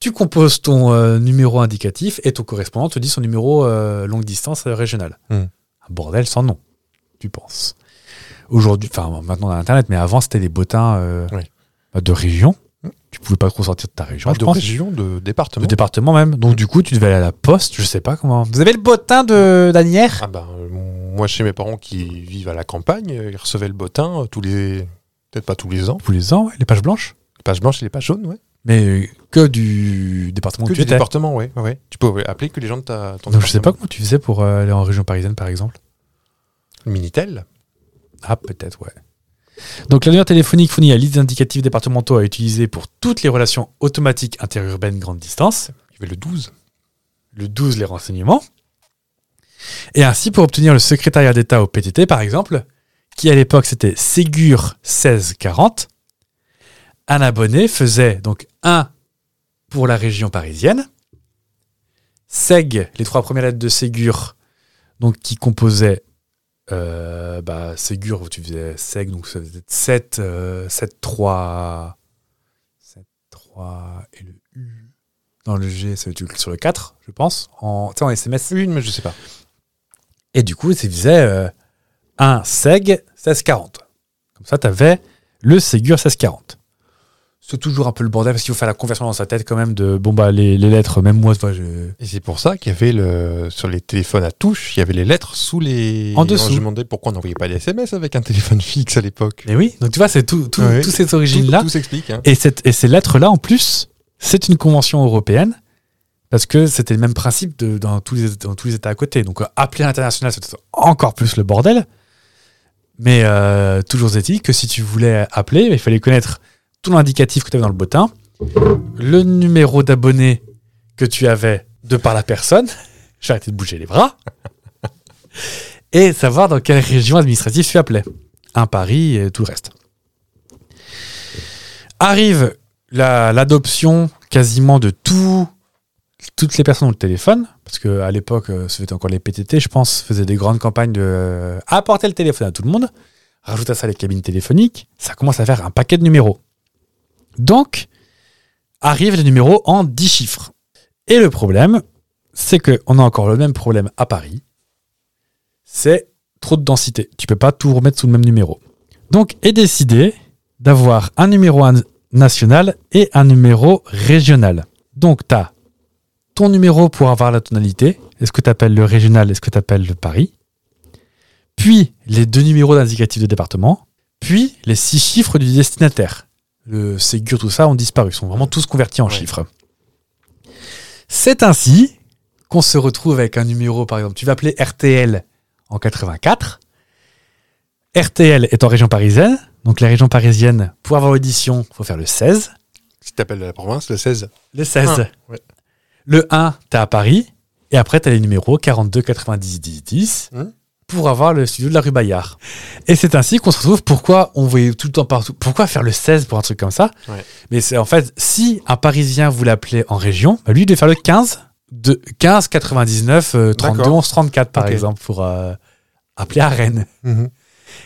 A: Tu composes ton euh, numéro indicatif et ton correspondant te dit son numéro euh, longue distance euh, régional.
B: Hmm.
A: Un bordel sans nom, tu penses. Aujourd'hui, enfin maintenant on a Internet, mais avant c'était les bottins euh,
B: Oui.
A: bah, de région.
B: Hmm.
A: Tu pouvais pas trop sortir de ta région.
B: Pas
A: je
B: de
A: pense
B: région, de département.
A: de département même. Donc du coup, tu devais aller à la poste, je sais pas comment. Vous avez le bottin de d'Anières
B: Ah ben, euh, moi, chez mes parents qui vivent à la campagne, euh, ils recevaient le bottin euh, tous les... Peut-être pas tous les ans.
A: Tous les ans, ouais, les pages blanches.
B: Les pages blanches et les pages jaunes, ouais.
A: Mais euh, que du département
B: que
A: où tu
B: du
A: étais.
B: département, ouais. ouais, ouais. Tu peux ouais, appeler que les gens de ta, ton
A: Donc je sais pas
B: département.
A: comment tu faisais pour euh, aller en région parisienne par exemple.
B: Le Minitel.
A: Ah peut-être ouais. Donc l'annuaire téléphonique fournit la liste d'indicatifs départementaux à utiliser pour toutes les relations automatiques interurbaines grande distance.
B: Il y avait le 12.
A: le 12 les renseignements, et ainsi pour obtenir le secrétariat d'État au PTT par exemple, qui à l'époque c'était Ségur 1640, un abonné faisait donc 1 pour la région parisienne, SEG, les trois premières lettres de Ségur, donc qui composaient euh, bah, Ségur, tu faisais SEG, donc ça faisait euh, 7, 7, 3, 7, 3 et le U. Dans le G, ça tu cliques sur le 4, je pense, en, tu sais, en SMS.
B: Une, mais je sais pas.
A: Et du coup, ça faisait euh, un SEG 1640. Comme ça, tu avais le Ségur 1640. C'est toujours un peu le bordel parce qu'il faut faire la conversion dans sa tête quand même de bon bah les, les lettres, même moi, tu vois, je-
B: Et c'est pour ça qu'il y avait le, sur les téléphones à touche, il y avait les lettres sous les.
A: En dessous.
B: Je me demandais pourquoi on n'envoyait pas des SMS avec un téléphone fixe à l'époque.
A: Mais oui, donc tu vois, c'est tout, tout,
B: Ouais.
A: toutes ces
B: Tout,
A: origines-là.
B: tout s'explique. hein.
A: Et, cette- et ces lettres-là, en plus, c'est une convention européenne, parce que c'était le même principe de- dans, tous les, dans tous les États à côté. Donc, euh, appeler à l'international, c'était encore plus le bordel. Mais euh, toujours est-il que si tu voulais appeler, il fallait connaître tout l'indicatif que tu avais dans le bottin, le numéro d'abonné que tu avais de par la personne. J'ai arrêté de bouger les bras. Et savoir dans quelle région administrative tu appelais. Un Paris et tout le reste arrive la- l'adoption quasiment de tout, toutes les personnes ont le téléphone, parce qu'à l'époque, euh, c'était encore les PTT, je pense, faisaient des grandes campagnes de euh, apporter le téléphone à tout le monde. Rajoute à ça les cabines téléphoniques, ça commence à faire un paquet de numéros. Donc, arrivent les numéros en 10 chiffres. Et le problème, c'est qu'on a encore le même problème à Paris. C'est trop de densité. Tu peux pas tout remettre sous le même numéro. Donc, est décidé d'avoir un numéro an- national et un numéro régional. Donc, tu as ton numéro pour avoir la tonalité. Est-ce que tu appelles le régional Est-ce que tu appelles le Paris Puis, les deux numéros d'indicatifs de département. Puis, les six chiffres du destinataire. Le Ségur, tout ça, ont disparu. Ils sont vraiment tous convertis en
B: Ouais.
A: chiffres. C'est ainsi qu'on se retrouve avec un numéro, par exemple, tu vas appeler RTL en 84. RTL est en région parisienne. Donc la région parisienne, pour avoir l'audition, faut faire le 16.
B: Si t'appelles de la province, le 16.
A: Le 16.
B: Un, ouais.
A: Le 1, t'es à Paris. Et après, t'as les numéros 42, 90, 10, 10
B: Hum.
A: pour avoir le studio de la rue Bayard. Et c'est ainsi qu'on se retrouve pourquoi on voyait tout le temps partout. Pourquoi faire le 16 pour un truc comme ça
B: Ouais.
A: Mais c'est en fait, si un Parisien voulait appeler en région, bah, lui, il devait faire le 15, de 15, 99, euh, 32,
B: D'accord.
A: 11, 34 par
B: Ok.
A: exemple pour euh, appeler à Rennes.
B: Mhm.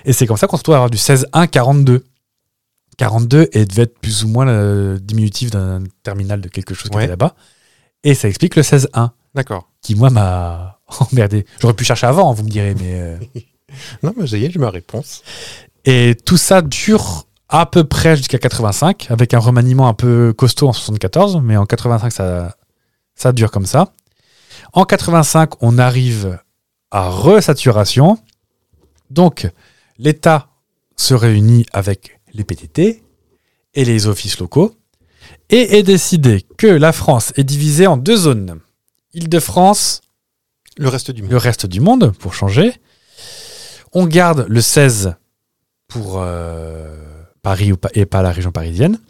A: Et c'est comme ça qu'on se retrouve à avoir du 16-1-42. 42 et devait être plus ou moins le diminutif d'un terminal de quelque chose qui
B: Ouais.
A: était là-bas. Et ça explique le 16-1,
B: D'accord.
A: qui moi m'a emmerdé. J'aurais pu chercher avant, vous me direz, mais... euh,
B: Non, mais ça y est, j'ai ma réponse.
A: Et tout ça dure à peu près jusqu'à 85, avec un remaniement un peu costaud en 74, mais en 85, ça, ça dure comme ça. En 85, on arrive à resaturation. Donc, l'État se réunit avec les PTT et les offices locaux et est décidé que la France est divisée en deux zones. Île-de-France,
B: Le reste du monde.
A: le reste du monde, pour changer. On garde le 16 pour euh, Paris ou pas- et pas la région parisienne.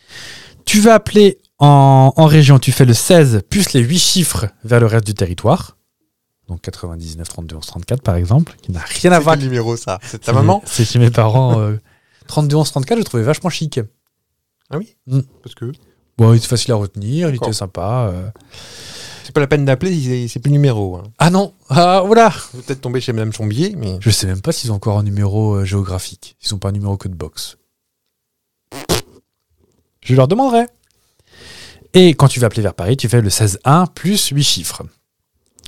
A: Tu vas appeler en, en région, tu fais le 16 plus les 8 chiffres vers le reste du territoire. Donc 99, 32, 11, 34 par exemple, qui n'a rien à
B: C'est
A: voir avec
B: quel numéro ça C'est ta maman
A: C'est chez mes parents. euh, 32, 11, 34, je le trouvais vachement chic.
B: Ah oui
A: Mm.
B: Parce que
A: Bon, il était facile à retenir, il
B: D'accord.
A: était sympa. euh.
B: c'est pas la peine d'appeler, il- c'est plus le numéro. hein.
A: Ah non, ah, oula
B: Vous êtes peut-être tombé chez Madame Chombier, mais.
A: Je sais même pas s'ils ont encore un numéro euh, géographique. Ils ont pas un numéro code box. Je leur demanderai. Et quand tu vas appeler vers Paris, tu fais le 16-1 plus 8 chiffres.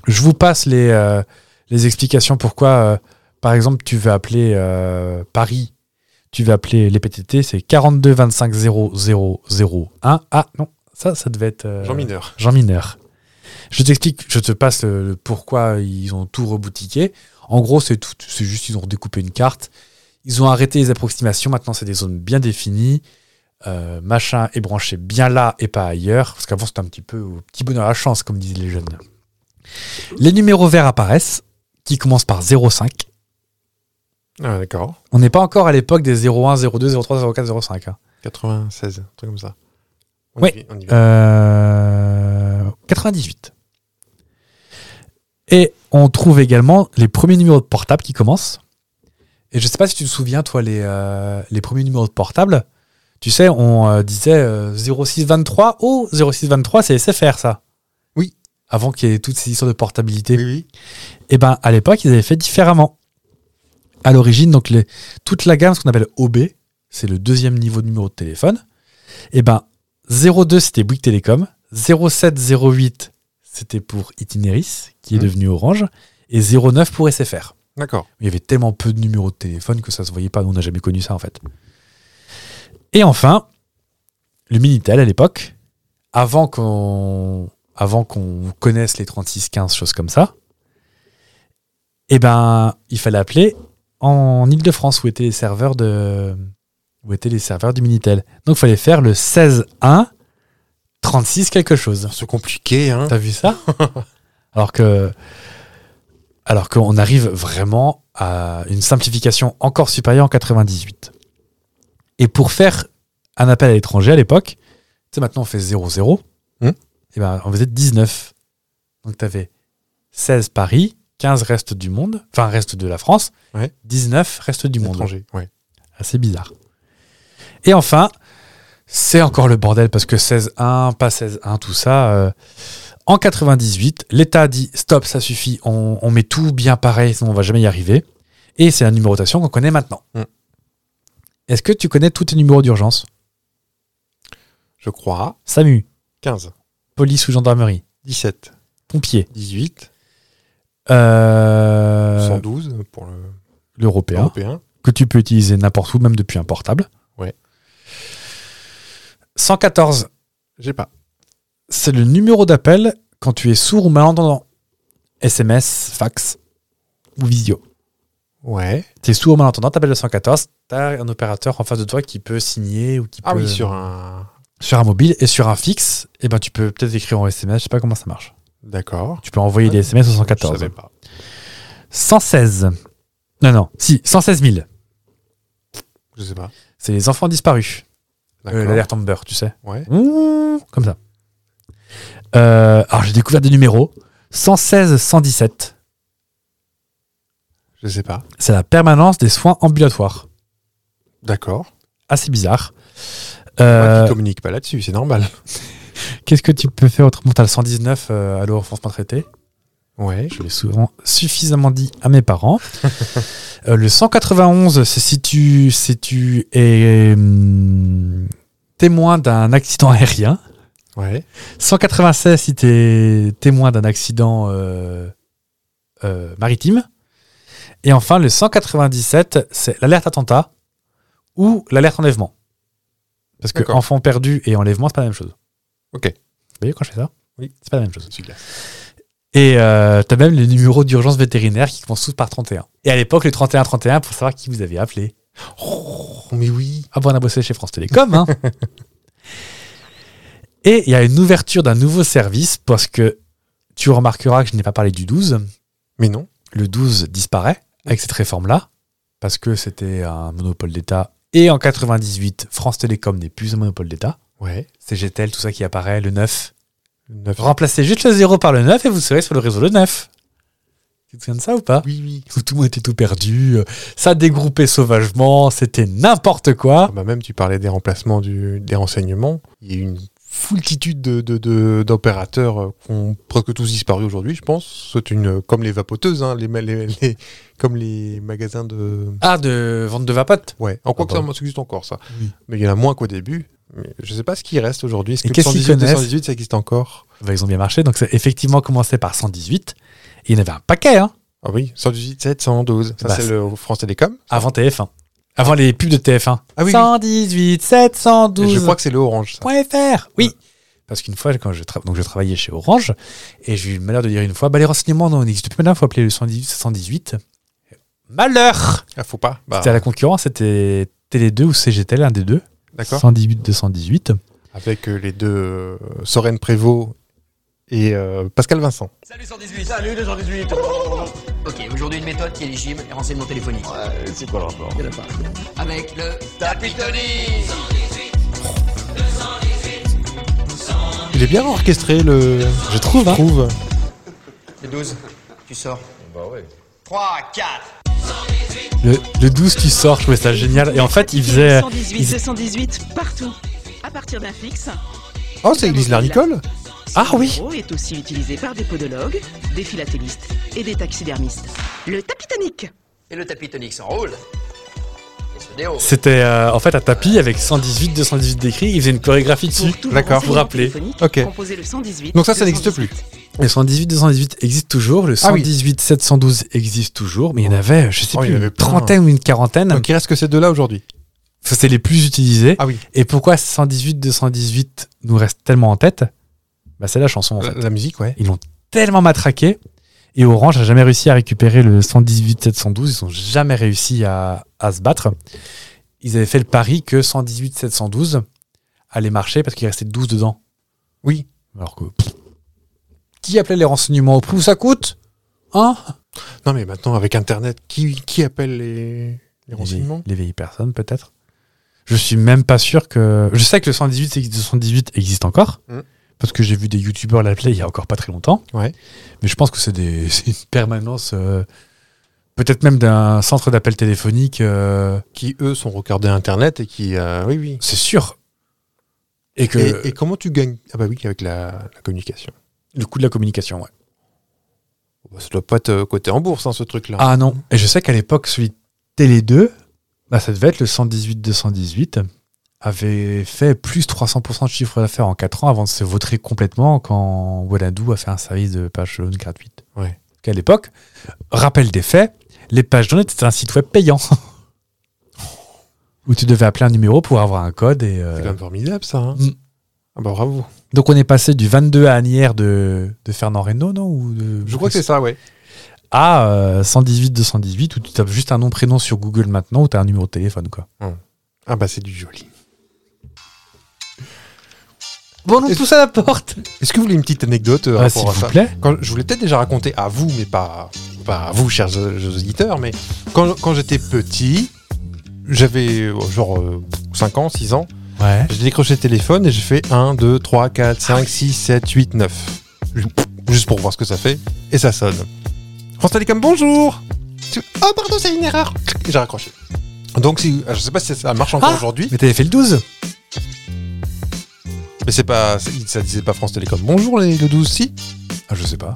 A: Je vous passe les, euh, les explications pourquoi, euh, par exemple, tu vas appeler euh, Paris, tu vas appeler les PTT, c'est 42 25 0 0 0 1. Ah non, ça, ça devait être. euh,
B: Jean Mineur.
A: Jean Mineur. Je t'explique, je te passe le, le pourquoi ils ont tout reboutiqué. En gros, c'est tout, c'est juste ils ont redécoupé une carte. Ils ont arrêté les approximations. Maintenant, c'est des zones bien définies. Euh, machin est branché bien là et pas ailleurs. Parce qu'avant, c'était un petit peu au petit bonheur à la chance, comme disaient les jeunes. Les numéros verts apparaissent, qui commencent par 05.
B: Ah, d'accord.
A: On n'est pas encore à l'époque des 01, 02, 03, 04, 05. hein.
B: 96, un truc comme ça. On
A: Ouais.
B: y, on y va.
A: Euh, 98. Et on trouve également les premiers numéros de portable qui commencent. Et je sais pas si tu te souviens, toi, les, euh, les premiers numéros de portable. Tu sais, on euh, disait euh, 0623. Oh, 0623, c'est SFR, ça.
B: Oui.
A: Avant qu'il y ait toutes ces histoires de portabilité.
B: Oui, oui.
A: Et ben, à l'époque, ils avaient fait différemment. À l'origine, donc les, toute la gamme, ce qu'on appelle OB, c'est le deuxième niveau de numéro de téléphone. Et ben, 02 c'était Bouygues Télécom, 0708 c'était pour Itineris qui est
B: Mhm.
A: devenu Orange et 09 pour SFR.
B: D'accord.
A: Il y avait tellement peu de numéros de téléphone que ça se voyait pas, Nous, on n'a jamais connu ça en fait. Et enfin, le Minitel à l'époque, avant qu'on avant qu'on connaisse les 3615, choses comme ça, eh ben, il fallait appeler en Ile-de-France où étaient les serveurs de où étaient les serveurs du Minitel. Donc il fallait faire le 16 1 36 quelque chose.
B: C'est compliqué, hein.
A: T'as vu ça Alors que, alors qu'on arrive vraiment à une simplification encore supérieure en 98. Et pour faire un appel à l'étranger à l'époque, tu sais maintenant on fait 0-0,
B: Hum.
A: et ben on faisait 19. Donc t'avais 16 Paris, 15 reste du monde, enfin reste de la France,
B: Ouais.
A: 19 reste du monde.
B: Étranger, ouais.
A: Assez bizarre. Et enfin, c'est encore le bordel parce que 16-1, pas 16-1, tout ça. euh, en 98, l'État a dit stop, ça suffit, on, on met tout bien pareil, sinon on va jamais y arriver. Et c'est la numérotation qu'on connaît maintenant.
B: Mm.
A: Est-ce que tu connais tous tes numéros d'urgence
B: Je crois.
A: SAMU,
B: 15,
A: police ou gendarmerie,
B: 17,
A: pompier,
B: 18,
A: euh,
B: 112 pour le
A: l'européen,
B: européen.
A: que tu peux utiliser n'importe où, même depuis un portable.
B: Ouais.
A: 114,
B: J'ai pas.
A: c'est le numéro d'appel quand tu es sourd ou malentendant. SMS, fax ou visio.
B: Ouais.
A: T'es sourd ou malentendant, t'appelles le 114, t'as un opérateur en face de toi qui peut signer ou qui
B: Ah
A: peut...
B: oui, sur un.
A: Sur un mobile et sur un fixe, eh ben, tu peux peut-être écrire en SMS, je sais pas comment ça marche.
B: D'accord.
A: Tu peux envoyer des SMS au 114.
B: Ah, Je savais pas.
A: 116. Non, non, si, 116 000.
B: Je sais pas.
A: C'est les enfants disparus. Euh,
B: D'accord.
A: L'alerte Amber, tu sais.
B: ouais.
A: Ouh, comme ça. Euh, alors j'ai découvert des numéros. 116 117.
B: Je sais pas.
A: C'est la permanence des soins ambulatoires.
B: D'accord.
A: Assez bizarre.
B: Moi
A: Euh,
B: qui communique pas là-dessus, c'est normal.
A: Qu'est-ce que tu peux faire autrement T'as le 119 euh, à l'offense pas traité.
B: Ouais.
A: Je l'ai souvent suffisamment dit à mes parents. Euh, le 191, c'est si tu, si tu es hum, témoin d'un accident aérien.
B: Ouais.
A: 196 si tu es témoin d'un accident euh, euh, maritime. Et enfin, le 197, c'est l'alerte attentat ou l'alerte enlèvement. Parce que
B: D'accord.
A: enfant perdu et enlèvement, c'est pas la même chose.
B: Ok.
A: Vous voyez quand je fais ça
B: Oui.
A: C'est pas la même chose.
B: Celui-là.
A: Et euh, t'as même les numéros d'urgence vétérinaire qui commencent tous par 31. Et à l'époque, le 31-31 pour savoir qui vous avez appelé.
B: Oh, mais oui.
A: Ah bon, on a bossé chez France Télécom, hein Et il y a une ouverture d'un nouveau service parce que Tu remarqueras que je n'ai pas parlé du 12.
B: Mais non.
A: Le 12 disparaît avec cette réforme-là, parce que c'était un monopole d'État. Et en 98, France Télécom n'est plus un monopole d'État.
B: Ouais.
A: CGTL, tout ça qui apparaît, le 9.
B: Le neuf.
A: Remplacez juste le 0 par le 9 et vous serez sur le réseau le 9. Tu te souviens de ça ou pas
B: Oui, oui.
A: Où tout le monde était tout perdu, euh, ça dégroupait sauvagement, c'était n'importe quoi.
B: Ah bah même tu parlais des remplacements du, des renseignements. Il y a eu une foultitude de- de- de- d'opérateurs de, qui ont presque tous disparu aujourd'hui, je pense. C'est une euh, comme les vapoteuses, hein, les, ma- les- les- comme les magasins de.
A: Ah, de vente de vapote.
B: Ouais. En quoi
A: Ah
B: que
A: bah.
B: ça m'existe encore ça.
A: Oui.
B: Mais il y en a moins qu'au début. Mais je sais pas ce qui reste aujourd'hui. Est-ce
A: Et
B: que
A: qu'est-ce qu'ils
B: 118,
A: connaissent
B: 218, ça existe encore
A: Bah, ils ont bien marché, donc ça a effectivement commencé par 118. Et il y en avait un paquet, hein,
B: Ah oui, 118, 7, 112. Ça
A: Bah,
B: c'est le France Télécom.
A: avant TF1. Avant les pubs de TF1.
B: Ah oui, oui.
A: 118,
B: Et
A: 712.
B: je crois que c'est le Orange. Ça.
A: .fr. Oui. Parce qu'une fois, quand je, tra- donc je travaillais chez Orange, et j'ai eu le malheur de dire une fois, bah, les renseignements, non, on n'existe plus maintenant, il faut appeler le 118, 118. Malheur
B: Ah, faut pas. Bah,
A: C'était à la concurrence, c'était Télé2 ou CGTL, un des deux.
B: D'accord.
A: 118, 218.
B: Avec euh, les deux euh, Soren Prévost et euh, Pascal Vincent.
E: Salut 118 Salut 218 Ok, aujourd'hui une méthode qui est légitime et renseignement téléphonique.
D: c'est quoi le rapport
E: Avec le tapitoni
B: Il est bien orchestré le. Je trouve.
A: hein.
B: trouve.
E: Le 12, tu sors Bah ouais. 3, 4
A: Le, le 12, tu sors, je trouvais ça génial. Et en fait, il faisait.
F: 118,
A: il-
F: 218 partout. À partir d'un fixe,
B: Oh, c'est Élise Larnicole
F: ce
A: Ah oui.
F: numéro est aussi utilisé par des podologues, des philatélistes et des taxidermistes. Le tapitonique.
E: Et le tapitonique s'enroule et se déroule.
A: C'était euh, en fait un tapis avec 118, 218 décrits, il faisait une chorégraphie dessus.
F: Pour tout
B: D'accord.
F: renseignement
A: Vous rappelez.
F: téléphonique,
B: Ok.
F: composez le 118.
B: Donc ça, ça n'existe
F: 218.
A: Le 118, 218 existe toujours, le
B: Ah oui.
A: 118, 712 existe toujours, mais il y en avait, je sais
B: Oh,
A: plus,
B: il y en
A: une
B: avait plein.
A: trentaine ou une quarantaine.
B: Donc il reste que ces deux-là aujourd'hui.
A: Ça, c'est les plus utilisés.
B: Ah oui,
A: Et pourquoi 118, 218 nous reste tellement en tête bah, C'est la chanson, en
B: la,
A: fait.
B: la musique, ouais.
A: Ils l'ont tellement matraqué. Et Orange n'a jamais réussi à récupérer le 118, 712. Ils n'ont jamais réussi à, à se battre. Ils avaient fait le pari que 118, 712 allait marcher parce qu'il restait 12 dedans.
B: Oui.
A: Alors que. pff, qui appelait les renseignements au prix où ça coûte Hein
B: Non, mais maintenant, avec Internet, qui, qui appelle les, les renseignements
A: Les, les vieilles personnes, peut-être. Je suis même pas sûr que. Je sais que le 118 et le 218 existe encore,
B: Mm.
A: parce que j'ai vu des youtubeurs l'appeler il y a encore pas très longtemps.
B: Ouais.
A: Mais je pense que c'est des- c'est une permanence, euh, peut-être même d'un centre d'appel téléphonique, euh,
B: Qui, eux, sont regardés Internet et qui. euh, oui, oui.
A: c'est sûr. Et que
B: Et, et comment tu gagnes Ah, bah oui, avec la, la communication.
A: le coût de la communication, ouais.
B: Bah, Ça doit pas être euh, coté en bourse, hein, ce truc-là.
A: Ah non, et je sais qu'à l'époque, celui de Télé 2, bah, ça devait être le 118-218, avait fait plus 300% de chiffre d'affaires en 4 ans avant de se vautrer complètement quand Waladou a fait un service de page jaune gratuite.
B: Ouais.
A: Qu'à l'époque, rappel des faits, les pages jaunes étaient un site web payant. Où tu devais appeler un numéro pour avoir un code. Et, euh,
B: C'est quand même formidable, ça. hein.
A: Mm.
B: Ah, bah bravo.
A: Donc on est passé du 22 à Anière de, de Fernand Reynaud, non ou de-
B: Je crois que c'est ça, ouais.
A: à euh, 118 218 où tu tapes juste un nom prénom sur Google maintenant où tu as un numéro de téléphone quoi.
B: Ah, bah c'est du joli.
A: Bon, nous
B: Est-ce-
A: tous à la porte.
B: Est-ce que vous voulez une petite anecdote euh,
A: Ah,
B: rapport
A: s'il
B: à ça
A: vous plaît.
B: Quand- je vous l'ai peut-être déjà raconté à vous, mais pas, pas à vous, chers euh, auditeurs, mais quand, quand j'étais petit, j'avais euh, genre 5 ans, 6 ans,
A: Ouais.
B: j'ai décroché le téléphone et j'ai fait 1, 2, 3, 4, 5, 6, 7, 8, 9. Juste pour voir ce que ça fait, et ça sonne. France Télécom, bonjour Tu- Oh, pardon, c'est une erreur Et j'ai raccroché. Donc, si, je sais pas si ça marche encore
A: Ah
B: aujourd'hui,
A: Mais t'avais fait le 12
B: mais c'est pas, ça disait pas France Télécom. Bonjour, les, le 12, si
A: Ah, je sais pas.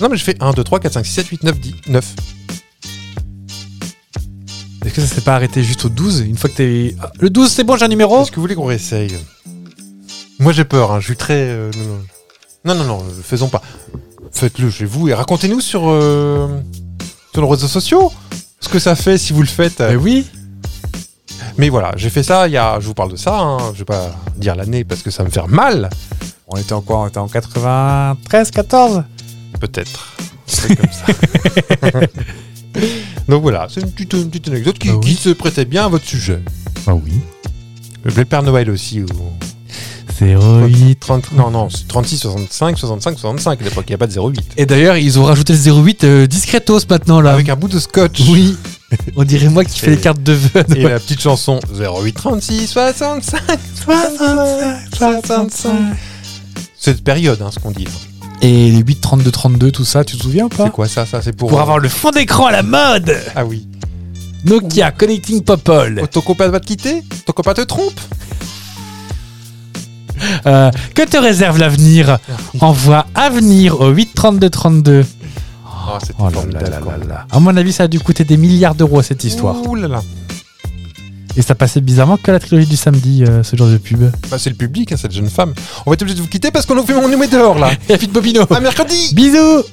B: Non, mais je fais 1, 2, 3, 4, 5, 6, 7, 8, 9, 10, 9.
A: Est-ce que ça s'est pas arrêté juste au 12 une fois que t'es Ah, le 12 c'est bon, j'ai un numéro
B: Est-ce que vous voulez qu'on réessaye Moi j'ai peur, hein, je suis très... euh, non, non, non, non, non, euh, faisons pas. Faites-le chez vous et racontez-nous sur, euh, sur nos réseaux sociaux ce que ça fait si vous le faites. Euh,
A: Mais Ben oui.
B: Mais voilà, j'ai fait ça, il y a, je vous parle de ça, hein, je vais pas dire l'année parce que ça va me faire mal,
A: On était en quoi On était en 93 14
B: peut-être. C'est comme ça. Donc voilà, c'est une petite, une petite anecdote qui,
A: Ah oui.
B: qui se prêtait bien à votre sujet.
A: Ah oui.
B: Le Père Noël aussi. ou-
A: 08.
B: 30, non, non, c'est 36, 65, 65, 65 à l'époque, il n'y a pas de 08.
A: Et d'ailleurs, ils ont rajouté le 08 euh, discretos maintenant là.
B: Avec un bout de scotch.
A: Oui. On dirait moi qui fais
B: Et-
A: les cartes de vœux.
B: Et la petite chanson 08, 36, 65, 65, 65. Cette période, hein, ce qu'on dit.
A: Et les 8, 32, 32, tout ça, tu te souviens ou pas
B: C'est quoi ça, ça C'est pour,
A: Pour avoir le fond d'écran à la mode
B: Ah oui.
A: Nokia Connecting People.
B: Oh, ton copain va te quitter Ton copain te trompe
A: Euh, que te réserve l'avenir Envoie Avenir au 8, 32, 32.
B: Ah, c'était
A: Oh là
B: formidable.
A: là
B: quoi.
A: là là. À mon avis, ça a dû coûter des milliards d'euros cette histoire.
B: Ouh là là.
A: Et ça passait bizarrement que la trilogie du samedi, euh, ce genre de pub.
B: Bah, c'est le public, hein, cette jeune femme. On va être obligé de vous quitter parce qu'on nous fait on nous met dehors là.
A: Et la fille de Bobino
B: À mercredi
A: Bisous